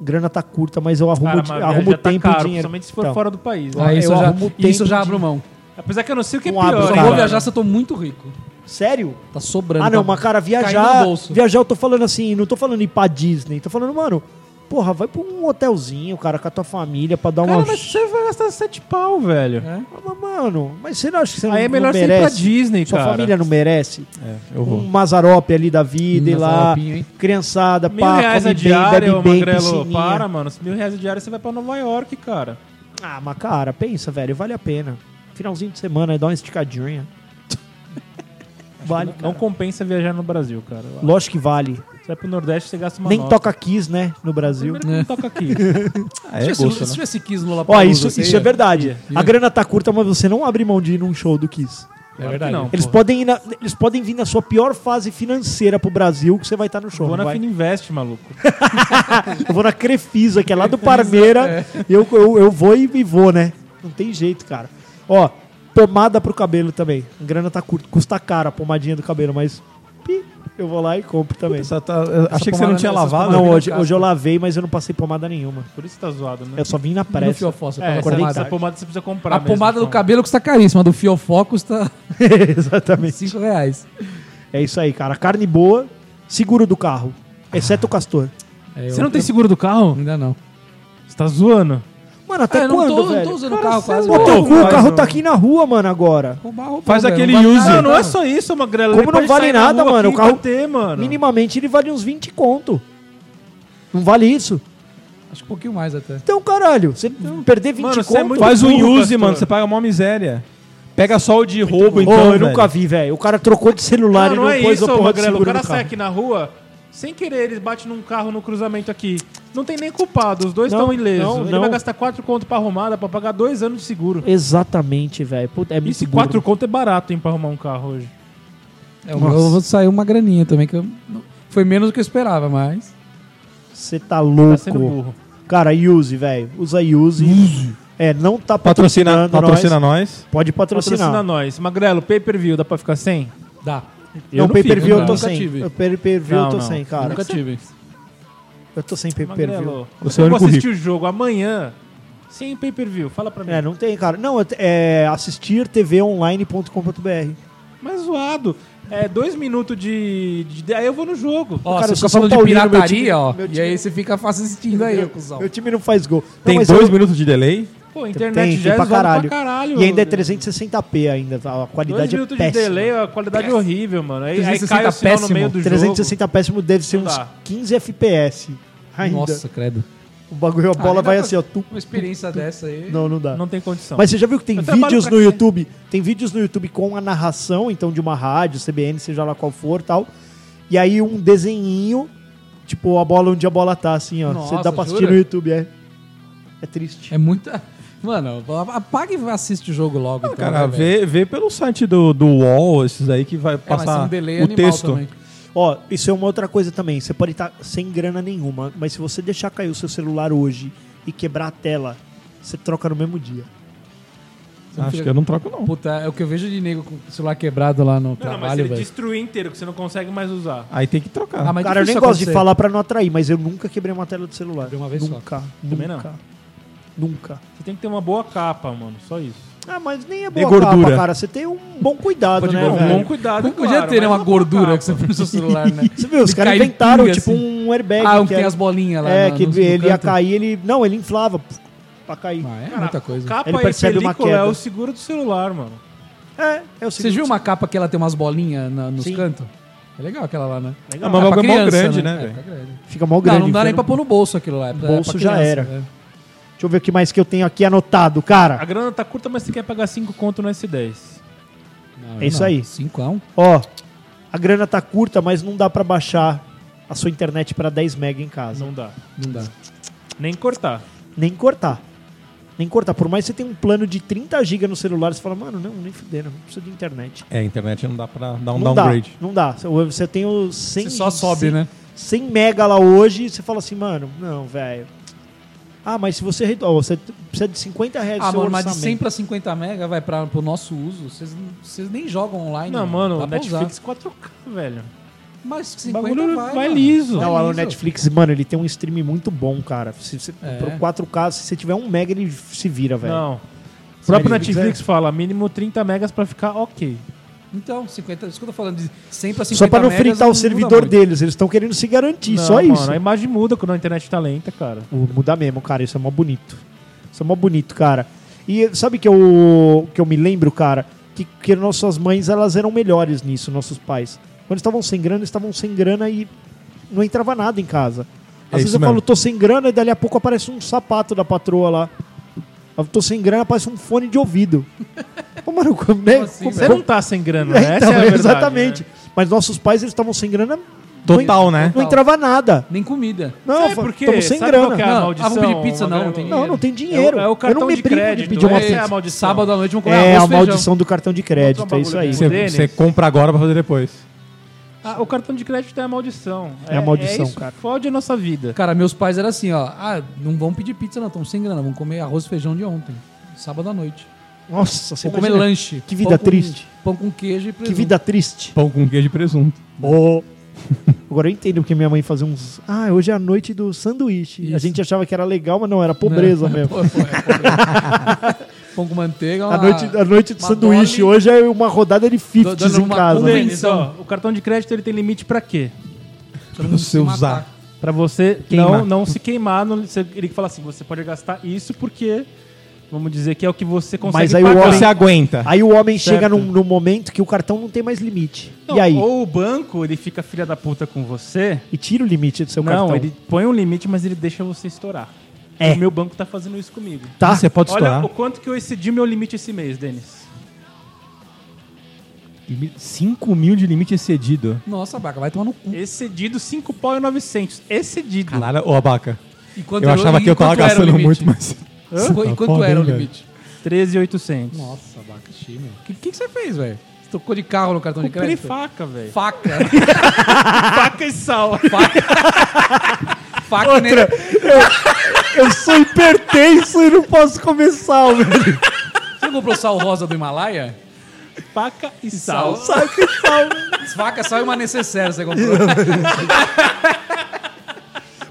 [SPEAKER 3] grana tá curta, mas eu arrumo,
[SPEAKER 2] Cara,
[SPEAKER 3] di-
[SPEAKER 2] mas a
[SPEAKER 3] arrumo
[SPEAKER 2] viagem já
[SPEAKER 3] tempo
[SPEAKER 2] tá
[SPEAKER 3] e
[SPEAKER 2] caro,
[SPEAKER 3] dinheiro.
[SPEAKER 2] Principalmente se for
[SPEAKER 3] Então,
[SPEAKER 2] fora do país. né?
[SPEAKER 4] Aí isso
[SPEAKER 3] eu
[SPEAKER 4] eu já,
[SPEAKER 3] arrumo
[SPEAKER 4] isso
[SPEAKER 3] tempo
[SPEAKER 4] eu já
[SPEAKER 3] de-
[SPEAKER 4] abro mão.
[SPEAKER 2] Apesar que eu não sei o que é
[SPEAKER 3] Não abro
[SPEAKER 2] pior.
[SPEAKER 4] Eu só
[SPEAKER 3] Cara.
[SPEAKER 4] vou
[SPEAKER 2] cara.
[SPEAKER 4] viajar se eu tô muito rico.
[SPEAKER 3] Sério?
[SPEAKER 4] Tá sobrando.
[SPEAKER 3] Ah, não,
[SPEAKER 4] tá-
[SPEAKER 3] mas cara,
[SPEAKER 4] Caindo
[SPEAKER 3] viajar.
[SPEAKER 4] no bolso.
[SPEAKER 3] Viajar, eu tô falando assim, não tô falando ir pra Disney, tô falando, mano, porra, vai pra um hotelzinho, cara, com a tua família pra dar
[SPEAKER 2] Cara,
[SPEAKER 3] uma.
[SPEAKER 2] mas você vai gastar sete pau, velho.
[SPEAKER 3] Ah, mas, mano, mas você não acha que você não,
[SPEAKER 2] Aí é melhor
[SPEAKER 3] não
[SPEAKER 2] você ir pra
[SPEAKER 3] merece?
[SPEAKER 2] Disney,
[SPEAKER 3] Sua
[SPEAKER 2] cara. É,
[SPEAKER 3] família não merece?
[SPEAKER 1] Eu
[SPEAKER 3] Um Mazarope ali da
[SPEAKER 4] Um
[SPEAKER 3] vida, e lá,
[SPEAKER 4] Mazaropinho,
[SPEAKER 1] é
[SPEAKER 4] hein?
[SPEAKER 3] criançada,
[SPEAKER 2] Mil
[SPEAKER 3] pá,
[SPEAKER 2] reais a
[SPEAKER 3] come bem,
[SPEAKER 2] diária,
[SPEAKER 3] bebe
[SPEAKER 2] ô
[SPEAKER 3] bem,
[SPEAKER 2] Magrelo.
[SPEAKER 3] piscininha.
[SPEAKER 2] Para, mano. Mil reais a diária você vai pra Nova York, cara.
[SPEAKER 3] Ah, mas cara, pensa, velho, vale a pena. Finalzinho de semana, dá uma esticadinha. vale,
[SPEAKER 2] Não
[SPEAKER 3] cara.
[SPEAKER 2] compensa viajar no Brasil, cara.
[SPEAKER 3] Lógico que vale.
[SPEAKER 2] Você vai pro Nordeste, você gasta uma
[SPEAKER 3] Nem
[SPEAKER 2] nota.
[SPEAKER 3] toca Kiss, né, no Brasil. né?
[SPEAKER 2] Primeiro que não toca aqui.
[SPEAKER 1] Ah, é
[SPEAKER 4] se
[SPEAKER 1] gosto,
[SPEAKER 4] tivesse,
[SPEAKER 1] né?
[SPEAKER 4] se tivesse Kiss no
[SPEAKER 3] Ó,
[SPEAKER 4] Lollapalooza,
[SPEAKER 3] isso,
[SPEAKER 4] você
[SPEAKER 3] isso
[SPEAKER 4] ia?
[SPEAKER 3] é verdade. A grana tá curta, mas você não abre mão de ir num show do Kiss.
[SPEAKER 4] É verdade.
[SPEAKER 2] Não,
[SPEAKER 3] Eles
[SPEAKER 2] pô.
[SPEAKER 3] podem, ir na- eles podem vir na sua pior fase financeira pro Brasil que você vai estar no show.
[SPEAKER 2] Vou
[SPEAKER 3] não
[SPEAKER 2] na
[SPEAKER 3] vai?
[SPEAKER 2] Fininvest, maluco.
[SPEAKER 3] Eu vou na Crefisa, que é lá do Parmeira. Eu, eu, eu vou e me vou, né? Não tem jeito, cara. Ó, pomada pro cabelo também. A grana tá curta. Custa caro a pomadinha do cabelo, mas pi, eu vou lá e compro também.
[SPEAKER 1] Essa tá- eu achei que você não
[SPEAKER 4] pomada-
[SPEAKER 1] tinha
[SPEAKER 4] essas
[SPEAKER 1] lavado.
[SPEAKER 3] Não,
[SPEAKER 4] pomada-
[SPEAKER 3] hoje, hoje eu lavei, mas eu não passei pomada nenhuma.
[SPEAKER 2] Por isso tá zoado, né?
[SPEAKER 3] Eu só vim na
[SPEAKER 4] No
[SPEAKER 3] pressa.
[SPEAKER 4] Fiofó, você
[SPEAKER 2] É,
[SPEAKER 4] toma
[SPEAKER 2] essa,
[SPEAKER 4] pomada.
[SPEAKER 2] essa pomada você precisa comprar
[SPEAKER 4] A
[SPEAKER 2] mesmo,
[SPEAKER 4] pomada do
[SPEAKER 2] então.
[SPEAKER 4] cabelo custa caríssima, a do fiofó custa
[SPEAKER 3] Exatamente.
[SPEAKER 4] 5 reais.
[SPEAKER 3] É isso aí, cara. Carne boa, seguro do carro. Exceto o castor.
[SPEAKER 4] É,
[SPEAKER 2] Você
[SPEAKER 4] eu-
[SPEAKER 2] não tem seguro do carro?
[SPEAKER 4] Ainda não.
[SPEAKER 2] Você tá zoando?
[SPEAKER 3] Mano,
[SPEAKER 4] Ah,
[SPEAKER 3] até
[SPEAKER 4] eu não
[SPEAKER 3] quando,
[SPEAKER 4] tô, não tô
[SPEAKER 3] velho?
[SPEAKER 4] usando o carro quase.
[SPEAKER 3] Ô, teu
[SPEAKER 4] Pô,
[SPEAKER 3] cu, o
[SPEAKER 2] faz
[SPEAKER 3] carro
[SPEAKER 2] um-
[SPEAKER 3] tá aqui na rua, mano, agora.
[SPEAKER 4] roubar, roubar, um
[SPEAKER 1] Faz
[SPEAKER 4] velho,
[SPEAKER 1] aquele
[SPEAKER 4] vai
[SPEAKER 1] use.
[SPEAKER 4] nada.
[SPEAKER 2] Não, não é só isso, Magrela.
[SPEAKER 3] Como
[SPEAKER 2] Ele
[SPEAKER 3] não
[SPEAKER 2] pode
[SPEAKER 3] vale
[SPEAKER 2] sair na
[SPEAKER 3] nada,
[SPEAKER 2] rua
[SPEAKER 3] mano,
[SPEAKER 2] aqui
[SPEAKER 3] o carro-
[SPEAKER 2] e bater, mano.
[SPEAKER 3] Minimamente ele vale uns 20 conto. Não vale isso?
[SPEAKER 4] Acho que um pouquinho mais até.
[SPEAKER 3] Então, caralho, você perder 20
[SPEAKER 2] Mano,
[SPEAKER 3] conto.
[SPEAKER 2] você é muito
[SPEAKER 1] Faz um
[SPEAKER 2] burro,
[SPEAKER 1] use,
[SPEAKER 2] pastor.
[SPEAKER 1] mano. Você paga mó miséria. Pega só o de roubo,
[SPEAKER 3] Ô,
[SPEAKER 1] então.
[SPEAKER 3] eu
[SPEAKER 1] velho.
[SPEAKER 3] nunca vi, velho. O cara trocou de celular
[SPEAKER 2] Não,
[SPEAKER 3] e
[SPEAKER 2] não
[SPEAKER 3] não,
[SPEAKER 2] é
[SPEAKER 3] pôs
[SPEAKER 2] isso,
[SPEAKER 3] a porra do
[SPEAKER 2] Magrelo. O
[SPEAKER 3] seguro
[SPEAKER 2] cara
[SPEAKER 3] no
[SPEAKER 2] sai
[SPEAKER 3] carro.
[SPEAKER 2] aqui na rua, sem querer, eles batem num carro no cruzamento aqui. Não tem nem culpado, os dois
[SPEAKER 3] Não,
[SPEAKER 2] estão ilesos.
[SPEAKER 3] não,
[SPEAKER 2] Ele
[SPEAKER 3] não.
[SPEAKER 2] vai gastar quatro conto pra arrumada pra pagar dois anos de seguro.
[SPEAKER 3] Exatamente, velho. Puta, É muito
[SPEAKER 2] Isso,
[SPEAKER 3] burro.
[SPEAKER 2] quatro conto é barato, hein, pra arrumar um carro hoje.
[SPEAKER 4] É, o meu saiu uma graninha também, que eu- foi menos do que eu esperava, mas.
[SPEAKER 3] Você
[SPEAKER 2] Tá
[SPEAKER 3] tá
[SPEAKER 2] sendo
[SPEAKER 3] louco.
[SPEAKER 2] burro.
[SPEAKER 3] cara, use, velho. Usa use. É, não tá
[SPEAKER 1] Patrocina,
[SPEAKER 3] patrocinando
[SPEAKER 1] patrocina
[SPEAKER 3] nós.
[SPEAKER 1] nós.
[SPEAKER 3] Pode
[SPEAKER 2] Patrocina
[SPEAKER 3] patrocinar.
[SPEAKER 2] nós. Magrelo, pay-per-view, dá pra ficar sem?
[SPEAKER 4] Dá.
[SPEAKER 3] Não,
[SPEAKER 2] não
[SPEAKER 3] pay per
[SPEAKER 2] fico,
[SPEAKER 3] view É um eu tô
[SPEAKER 4] nunca
[SPEAKER 3] sem.
[SPEAKER 4] tive.
[SPEAKER 3] Eu Pay per view eu
[SPEAKER 2] Não,
[SPEAKER 3] tô
[SPEAKER 2] não.
[SPEAKER 3] sem, cara.
[SPEAKER 4] Nunca tive.
[SPEAKER 3] Eu tô sem pay per view.
[SPEAKER 2] Magrelo,
[SPEAKER 1] Você é o
[SPEAKER 2] eu vou
[SPEAKER 1] único
[SPEAKER 2] assistir o jogo amanhã, sem pay-per-view. Fala pra mim.
[SPEAKER 3] É, não tem, cara. Não, é assistirtvonline.com.br.
[SPEAKER 2] Mas zoado. É dois minutos de, de- Aí eu vou no jogo.
[SPEAKER 4] Ó,
[SPEAKER 3] Cara, eu
[SPEAKER 4] você fica
[SPEAKER 3] sou
[SPEAKER 4] falando de
[SPEAKER 3] São Paulino, meu
[SPEAKER 4] pirataria,
[SPEAKER 3] time-
[SPEAKER 4] ó.
[SPEAKER 3] meu
[SPEAKER 4] E
[SPEAKER 3] time-
[SPEAKER 4] aí você fica fácil assistindo aí, cuzão.
[SPEAKER 3] Meu time não faz gol. Não,
[SPEAKER 1] Tem
[SPEAKER 3] mas
[SPEAKER 1] dois
[SPEAKER 3] eu-
[SPEAKER 1] minutos de delay.
[SPEAKER 2] Pô, a internet
[SPEAKER 3] tem,
[SPEAKER 2] já
[SPEAKER 3] tem
[SPEAKER 2] é
[SPEAKER 3] pra
[SPEAKER 2] zoada
[SPEAKER 3] caralho.
[SPEAKER 2] pra caralho.
[SPEAKER 3] E ainda é 360p ainda, tá? a
[SPEAKER 2] Dois
[SPEAKER 3] qualidade é
[SPEAKER 2] minutos de
[SPEAKER 3] péssima.
[SPEAKER 2] delay, a qualidade é horrível, mano. Aí, aí
[SPEAKER 4] 360
[SPEAKER 2] cai o sinal no
[SPEAKER 4] péssimo.
[SPEAKER 2] meio do
[SPEAKER 3] 360 péssimo deve ser
[SPEAKER 2] Não
[SPEAKER 3] uns
[SPEAKER 2] dá.
[SPEAKER 3] 15 FPS. Ainda.
[SPEAKER 4] Nossa, credo.
[SPEAKER 3] O bagulho, a bola
[SPEAKER 4] ainda
[SPEAKER 3] vai
[SPEAKER 4] dá
[SPEAKER 3] assim, ó. Tu,
[SPEAKER 4] tá Uma experiência dessa aí.
[SPEAKER 3] não, não
[SPEAKER 2] jogo.
[SPEAKER 3] dá.
[SPEAKER 2] Ah, tá Não tem condição.
[SPEAKER 3] Mas você já viu que tem
[SPEAKER 2] Eu trabalho
[SPEAKER 3] vídeos
[SPEAKER 2] pra
[SPEAKER 3] no
[SPEAKER 2] quê?
[SPEAKER 3] YouTube? Tem vídeos no YouTube com a narração, então, de uma rádio, CBN, seja lá qual for tal. E aí um desenhinho, tipo, a bola onde a bola tá, assim, ó.
[SPEAKER 4] Nossa,
[SPEAKER 3] Você dá pra assistir
[SPEAKER 4] jura?
[SPEAKER 3] no YouTube, é. É triste.
[SPEAKER 4] É muita. Mano, apaga e assiste o jogo logo. então,
[SPEAKER 1] Cara,
[SPEAKER 4] né, velho?
[SPEAKER 1] vê, vê pelo site do, do UOL, esses aí que vai
[SPEAKER 4] É, mas tem
[SPEAKER 1] passar
[SPEAKER 4] um delay
[SPEAKER 1] o
[SPEAKER 4] animal
[SPEAKER 1] texto.
[SPEAKER 4] também.
[SPEAKER 3] Ó, isso é uma outra coisa também. Você pode estar sem grana nenhuma, mas se você deixar cair o seu celular hoje e quebrar a tela, você troca no mesmo dia.
[SPEAKER 4] Você não
[SPEAKER 1] Acho
[SPEAKER 4] fica-
[SPEAKER 1] que eu não troco, não.
[SPEAKER 4] Puta, é o que eu vejo de nego com o celular quebrado lá no
[SPEAKER 2] Não, não, mas
[SPEAKER 4] trabalho,
[SPEAKER 2] ele
[SPEAKER 4] velho. Ah,
[SPEAKER 2] destruiu inteiro, que você não consegue mais usar.
[SPEAKER 1] Aí tem que trocar.
[SPEAKER 2] Ah,
[SPEAKER 4] mas
[SPEAKER 3] Cara, eu nem
[SPEAKER 4] difícil
[SPEAKER 3] gosto de
[SPEAKER 4] acontecer.
[SPEAKER 3] falar pra não atrair, mas eu nunca quebrei uma tela do celular.
[SPEAKER 4] Quebrei uma vez só.
[SPEAKER 3] nunca,
[SPEAKER 2] Também
[SPEAKER 3] Nunca.
[SPEAKER 2] não.
[SPEAKER 3] Nunca.
[SPEAKER 2] Você tem que ter uma boa capa, mano. Só isso.
[SPEAKER 3] Ah, mas nem é
[SPEAKER 1] De
[SPEAKER 3] boa capa,
[SPEAKER 1] gordura.
[SPEAKER 3] cara. Você tem um bom cuidado,
[SPEAKER 4] Pode um
[SPEAKER 3] né,
[SPEAKER 4] bom,
[SPEAKER 3] velho?
[SPEAKER 2] bom cuidado,
[SPEAKER 4] Como podia
[SPEAKER 2] claro,
[SPEAKER 4] ter né,
[SPEAKER 2] mas
[SPEAKER 4] uma
[SPEAKER 2] uma
[SPEAKER 4] gordura
[SPEAKER 2] capa.
[SPEAKER 4] que você põe no seu celular, né?
[SPEAKER 3] Você viu, os
[SPEAKER 4] De
[SPEAKER 3] caras
[SPEAKER 4] cair
[SPEAKER 3] inventaram,
[SPEAKER 4] pinga,
[SPEAKER 3] tipo,
[SPEAKER 4] assim.
[SPEAKER 3] um airbag.
[SPEAKER 4] Ah, um que tem
[SPEAKER 3] era-
[SPEAKER 4] as bolinhas lá.
[SPEAKER 3] É,
[SPEAKER 4] na-
[SPEAKER 3] que
[SPEAKER 4] no- no
[SPEAKER 3] ele ia
[SPEAKER 4] canto.
[SPEAKER 3] cair, ele... Não, ele inflava pf, pra cair.
[SPEAKER 4] Ah, é
[SPEAKER 2] Cara,
[SPEAKER 4] muita coisa.
[SPEAKER 2] Capa
[SPEAKER 3] Ele
[SPEAKER 2] e
[SPEAKER 3] percebe uma
[SPEAKER 2] película
[SPEAKER 3] queda.
[SPEAKER 2] é o seguro do celular, mano.
[SPEAKER 3] É, é o seguinte.
[SPEAKER 4] Vocês viram uma capa que ela tem umas bolinhas na- nos
[SPEAKER 3] Sim.
[SPEAKER 4] cantos? É legal aquela lá, né?
[SPEAKER 1] Ah, mas o
[SPEAKER 4] pra
[SPEAKER 1] bagulho é mó
[SPEAKER 4] criança,
[SPEAKER 1] grande, né,
[SPEAKER 4] É,
[SPEAKER 1] velho?
[SPEAKER 4] pra grande.
[SPEAKER 3] Fica mal grande.
[SPEAKER 4] Não, não dá nem pra
[SPEAKER 3] inferno.
[SPEAKER 4] pôr no bolso aquilo lá. É pra,
[SPEAKER 3] bolso
[SPEAKER 4] é pra
[SPEAKER 3] já
[SPEAKER 4] criança,
[SPEAKER 3] era.
[SPEAKER 4] né?
[SPEAKER 3] Deixa eu ver o que mais que eu tenho aqui anotado, cara.
[SPEAKER 2] A grana tá curta, mas você quer pagar 5 conto no S10.
[SPEAKER 4] Não,
[SPEAKER 3] É isso
[SPEAKER 4] não.
[SPEAKER 3] aí.
[SPEAKER 4] Cinco a um.
[SPEAKER 3] Ó, a grana tá curta, mas não dá pra baixar a sua internet pra 10 mega em casa.
[SPEAKER 2] Não dá.
[SPEAKER 4] Não dá.
[SPEAKER 2] Nem cortar.
[SPEAKER 3] Nem cortar. Nem cortar. Por mais que você tenha um plano de 30 GB no celular, você fala, mano, não, nem fudendo, não preciso de internet.
[SPEAKER 1] É, a internet não dá pra dar um
[SPEAKER 3] Não dá,
[SPEAKER 1] downgrade.
[SPEAKER 3] não dá. Você tem o
[SPEAKER 4] Você
[SPEAKER 3] 100...
[SPEAKER 4] só sobe,
[SPEAKER 3] 100,
[SPEAKER 4] né?
[SPEAKER 3] 100 mega lá hoje e você fala assim, mano, não, velho. Ah, mas se você... redu- ó, você t- precisa de 50 reais
[SPEAKER 4] Ah,
[SPEAKER 3] do seu
[SPEAKER 4] mano, mas de
[SPEAKER 3] orçamento.
[SPEAKER 4] 100 pra 50 mega vai pra, pro nosso uso. Vocês- Vocês nem jogam online.
[SPEAKER 3] tá
[SPEAKER 2] Não, mano,
[SPEAKER 4] dá pra usar.
[SPEAKER 2] Netflix 4K, velho.
[SPEAKER 4] Mas
[SPEAKER 2] O
[SPEAKER 4] 50
[SPEAKER 2] bagulho
[SPEAKER 4] vai.
[SPEAKER 2] vai,
[SPEAKER 4] mano.
[SPEAKER 2] liso.
[SPEAKER 3] Não, o
[SPEAKER 4] liso.
[SPEAKER 3] Netflix, mano, ele tem um stream muito bom, cara. Se você,
[SPEAKER 4] É.
[SPEAKER 3] Pro 4K, se você tiver um mega, ele se vira, velho.
[SPEAKER 2] Não. O próprio
[SPEAKER 3] Netflix,
[SPEAKER 2] Netflix fala mínimo 30 megas pra ficar ok.
[SPEAKER 4] Então, 50. Isso que eu tô falando, de 100 pra 50
[SPEAKER 3] Só pra não
[SPEAKER 4] megas,
[SPEAKER 3] fritar o
[SPEAKER 4] muda
[SPEAKER 3] servidor
[SPEAKER 4] muito.
[SPEAKER 3] deles, eles estão querendo se garantir,
[SPEAKER 2] Não,
[SPEAKER 3] só
[SPEAKER 2] mano,
[SPEAKER 3] isso.
[SPEAKER 2] A imagem muda quando a internet tá lenta, cara.
[SPEAKER 3] O- Muda mesmo, cara. Isso é mó bonito. Isso é mó bonito, cara. E sabe que eu, que eu me lembro, cara? Que, que nossas mães, elas eram melhores nisso, nossos pais. Quando estavam sem grana, estavam sem grana e não entrava nada em casa. Às
[SPEAKER 1] É
[SPEAKER 3] vezes
[SPEAKER 1] isso
[SPEAKER 3] eu
[SPEAKER 1] mesmo.
[SPEAKER 3] falo, tô sem grana, e dali a pouco aparece um sapato da patroa lá. Eu tô sem grana, aparece um fone de ouvido. Pô, mano, como, né?
[SPEAKER 4] Como assim,
[SPEAKER 3] Como-
[SPEAKER 4] velho?
[SPEAKER 2] Você não tá sem grana, né? Essa
[SPEAKER 3] Então,
[SPEAKER 2] é a verdade,
[SPEAKER 3] exatamente.
[SPEAKER 2] né?
[SPEAKER 3] Mas nossos pais, eles estavam sem grana,
[SPEAKER 1] Total, né?
[SPEAKER 3] não entrava nada.
[SPEAKER 4] Nem comida.
[SPEAKER 3] Não,
[SPEAKER 2] Sabe por quê?
[SPEAKER 3] estamos sem
[SPEAKER 2] Sabe
[SPEAKER 3] grana.
[SPEAKER 2] qual que é
[SPEAKER 4] Não,
[SPEAKER 2] a
[SPEAKER 4] ah,
[SPEAKER 2] maldição?
[SPEAKER 4] vou pedir pizza, não,
[SPEAKER 2] Magrelo?
[SPEAKER 4] não tem
[SPEAKER 3] Não, não tem
[SPEAKER 2] dinheiro.
[SPEAKER 3] dinheiro.
[SPEAKER 2] É o- é o cartão
[SPEAKER 3] eu não me
[SPEAKER 2] de
[SPEAKER 3] privo
[SPEAKER 2] crédito,
[SPEAKER 3] de pedir uma
[SPEAKER 2] é.
[SPEAKER 4] Ei,
[SPEAKER 3] pizza.
[SPEAKER 2] a maldição.
[SPEAKER 4] Sábado à noite vamos comer
[SPEAKER 3] É
[SPEAKER 4] arroz
[SPEAKER 3] a
[SPEAKER 4] e feijão.
[SPEAKER 3] maldição do cartão de crédito, é isso aí.
[SPEAKER 2] Você- Denis.
[SPEAKER 1] Você compra agora pra fazer depois.
[SPEAKER 2] Ah, o cartão de crédito é a maldição.
[SPEAKER 3] É a maldição, cara.
[SPEAKER 2] Fode a nossa vida.
[SPEAKER 4] Cara, meus pais eram assim, ó. Ah, não vão pedir pizza, não. Estão sem grana. Vão comer arroz e feijão de ontem. Sábado à noite.
[SPEAKER 3] Nossa, você
[SPEAKER 4] Vão comer
[SPEAKER 3] imagina?
[SPEAKER 4] lanche.
[SPEAKER 3] Que vida
[SPEAKER 4] com-
[SPEAKER 3] triste.
[SPEAKER 4] Pão com queijo e presunto.
[SPEAKER 3] Que vida triste.
[SPEAKER 1] Pão com um queijo e presunto.
[SPEAKER 3] Agora eu entendo porque minha mãe fazia uns. Ah, hoje é a noite do sanduíche. A
[SPEAKER 4] Isso.
[SPEAKER 3] gente achava que era legal, mas não, era pobreza
[SPEAKER 4] Não,
[SPEAKER 3] mesmo.
[SPEAKER 4] pô, pô, é pobreza. Pão com manteiga.
[SPEAKER 3] A
[SPEAKER 4] uma-
[SPEAKER 3] noite, a noite do
[SPEAKER 4] uma
[SPEAKER 3] sanduíche.
[SPEAKER 4] Dolly.
[SPEAKER 3] Hoje é uma rodada de 50s
[SPEAKER 4] dando
[SPEAKER 3] em
[SPEAKER 4] uma
[SPEAKER 3] casa.
[SPEAKER 4] convenção.
[SPEAKER 2] Denis, Um ó, o cartão de crédito ele tem limite pra quê?
[SPEAKER 4] Pra não
[SPEAKER 1] Você
[SPEAKER 4] se matar.
[SPEAKER 1] usar.
[SPEAKER 2] Pra você
[SPEAKER 1] Queimar.
[SPEAKER 2] não, não se queimar. Não, você- ele fala assim, você pode gastar isso porque, vamos dizer que é o que você consegue
[SPEAKER 3] Mas aí o
[SPEAKER 2] pagar.
[SPEAKER 3] homem-
[SPEAKER 1] Você aguenta.
[SPEAKER 3] Aí o homem
[SPEAKER 2] Certo.
[SPEAKER 3] chega num, num momento que o cartão não tem mais limite.
[SPEAKER 2] Não,
[SPEAKER 3] e aí?
[SPEAKER 2] Ou o banco, ele fica filha da puta com você.
[SPEAKER 3] E tira o limite do seu
[SPEAKER 2] não,
[SPEAKER 3] cartão.
[SPEAKER 2] ele põe um limite, mas ele deixa você estourar.
[SPEAKER 3] É.
[SPEAKER 2] O meu banco tá fazendo isso comigo.
[SPEAKER 3] Tá?
[SPEAKER 1] Você pode
[SPEAKER 2] Olha
[SPEAKER 1] estourar.
[SPEAKER 2] o quanto que eu excedi meu limite esse mês, Denis.
[SPEAKER 1] 5 mil de limite excedido.
[SPEAKER 4] Nossa, Baca, vai tomar no cu.
[SPEAKER 2] Excedido 5 pau e 900. Excedido.
[SPEAKER 1] Caralho, ô abaca.
[SPEAKER 4] E quanto
[SPEAKER 1] Eu
[SPEAKER 4] era-
[SPEAKER 1] achava
[SPEAKER 4] e
[SPEAKER 1] que eu tava
[SPEAKER 4] quanto era o
[SPEAKER 1] gastando
[SPEAKER 4] limite?
[SPEAKER 1] muito, mas.
[SPEAKER 4] Hã? Foi- E quanto
[SPEAKER 1] foda,
[SPEAKER 4] era o
[SPEAKER 1] hein, velho?
[SPEAKER 4] limite?
[SPEAKER 2] 13,800.
[SPEAKER 4] Nossa, abacaxi, meu. O que, que, que você fez, velho? Você tocou de carro no cartão de
[SPEAKER 2] Comprei
[SPEAKER 4] crédito?
[SPEAKER 2] faca, velho.
[SPEAKER 4] Faca.
[SPEAKER 2] Faca e sal.
[SPEAKER 4] Faca. faca
[SPEAKER 3] Outra. Eu sou hipertenso e não posso comer sal, velho.
[SPEAKER 4] Você comprou sal rosa do Himalaia?
[SPEAKER 2] Faca e sal.
[SPEAKER 3] Saca e sal, velho.
[SPEAKER 4] Faca, sal e uma necessaire você comprou.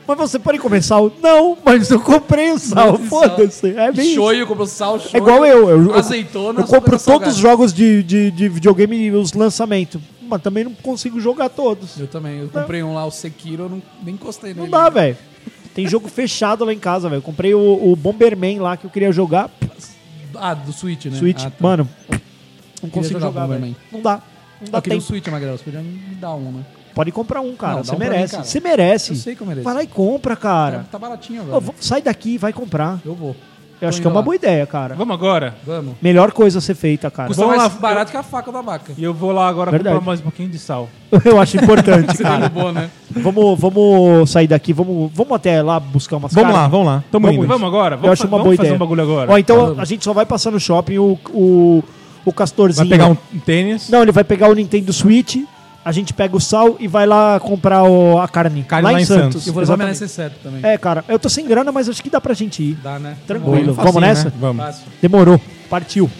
[SPEAKER 3] Mas você pode comer sal? Não, mas eu comprei o sal.
[SPEAKER 4] Sal.
[SPEAKER 3] Foda-se. É bem isso.
[SPEAKER 4] Shoyu, comprou sal, shoyu.
[SPEAKER 3] É igual eu. Eu, eu-
[SPEAKER 4] Azeitona,
[SPEAKER 3] eu compro
[SPEAKER 4] coisa salgada.
[SPEAKER 3] todos os jogos de, de, de videogame e os lançamentos. Mas também não consigo jogar todos.
[SPEAKER 4] Eu também. Eu comprei um lá, o Sekiro, eu não, nem encostei nele.
[SPEAKER 3] Não dá, velho. Tem jogo fechado lá em casa, velho. Eu Comprei o, o Bomberman lá que eu queria jogar.
[SPEAKER 4] Ah, do Switch, né?
[SPEAKER 3] Switch.
[SPEAKER 4] Ah, tá.
[SPEAKER 3] Mano, não consigo
[SPEAKER 4] jogar
[SPEAKER 3] jogar, velho.
[SPEAKER 4] Bomberman.
[SPEAKER 3] Não dá. Não dá
[SPEAKER 4] Eu queria um
[SPEAKER 3] tempo.
[SPEAKER 4] Switch, Magrela. Você podia me dar um, né?
[SPEAKER 3] Pode comprar um, cara.
[SPEAKER 4] Não, dá
[SPEAKER 3] Você
[SPEAKER 4] um pra mim,
[SPEAKER 3] merece.
[SPEAKER 4] cara.
[SPEAKER 3] Você merece.
[SPEAKER 4] Eu sei que eu mereço.
[SPEAKER 3] Vai lá e compra, cara.
[SPEAKER 4] Tá baratinho
[SPEAKER 3] Ô,
[SPEAKER 4] agora.
[SPEAKER 3] vou- sai daqui e vai comprar.
[SPEAKER 4] Eu vou.
[SPEAKER 3] Eu acho
[SPEAKER 4] indo
[SPEAKER 3] que é uma
[SPEAKER 4] lá.
[SPEAKER 3] boa ideia, cara.
[SPEAKER 2] Vamos agora?
[SPEAKER 4] Vamos.
[SPEAKER 3] Melhor coisa a ser feita, cara.
[SPEAKER 4] Custa
[SPEAKER 2] vamos
[SPEAKER 4] mais
[SPEAKER 2] lá.
[SPEAKER 4] barato que a faca da vaca.
[SPEAKER 2] E eu vou lá agora
[SPEAKER 3] Verdade.
[SPEAKER 2] comprar mais um pouquinho de sal.
[SPEAKER 3] Eu acho importante,
[SPEAKER 4] Tá
[SPEAKER 3] Ah, cara.
[SPEAKER 4] bom, né?
[SPEAKER 3] vamos, vamos sair daqui, vamos, vamos até lá buscar umas
[SPEAKER 1] Vamos
[SPEAKER 3] caras.
[SPEAKER 1] lá, vamos lá. Tamo indo.
[SPEAKER 2] Vamos agora?
[SPEAKER 3] Eu
[SPEAKER 2] Vamos,
[SPEAKER 3] acho
[SPEAKER 2] fa-
[SPEAKER 3] uma
[SPEAKER 2] vamos
[SPEAKER 3] boa
[SPEAKER 2] fazer
[SPEAKER 3] ideia.
[SPEAKER 2] um bagulho agora.
[SPEAKER 3] Ó, então a gente só vai passar no shopping o, o, o Castorzinho.
[SPEAKER 1] Vai pegar um tênis.
[SPEAKER 3] Não, ele vai pegar o Nintendo Switch, a gente pega o sal e vai lá comprar o- a carne.
[SPEAKER 1] Carne lá em Santos.
[SPEAKER 4] Eu vou levar minha necessaire também.
[SPEAKER 3] É, cara, eu tô sem grana, mas acho que dá pra gente ir.
[SPEAKER 4] Dá, né?
[SPEAKER 1] Facinho,
[SPEAKER 3] Tranquilo. Vamos nessa?
[SPEAKER 1] né? Vamos.
[SPEAKER 4] Fácil.
[SPEAKER 3] Demorou. Partiu.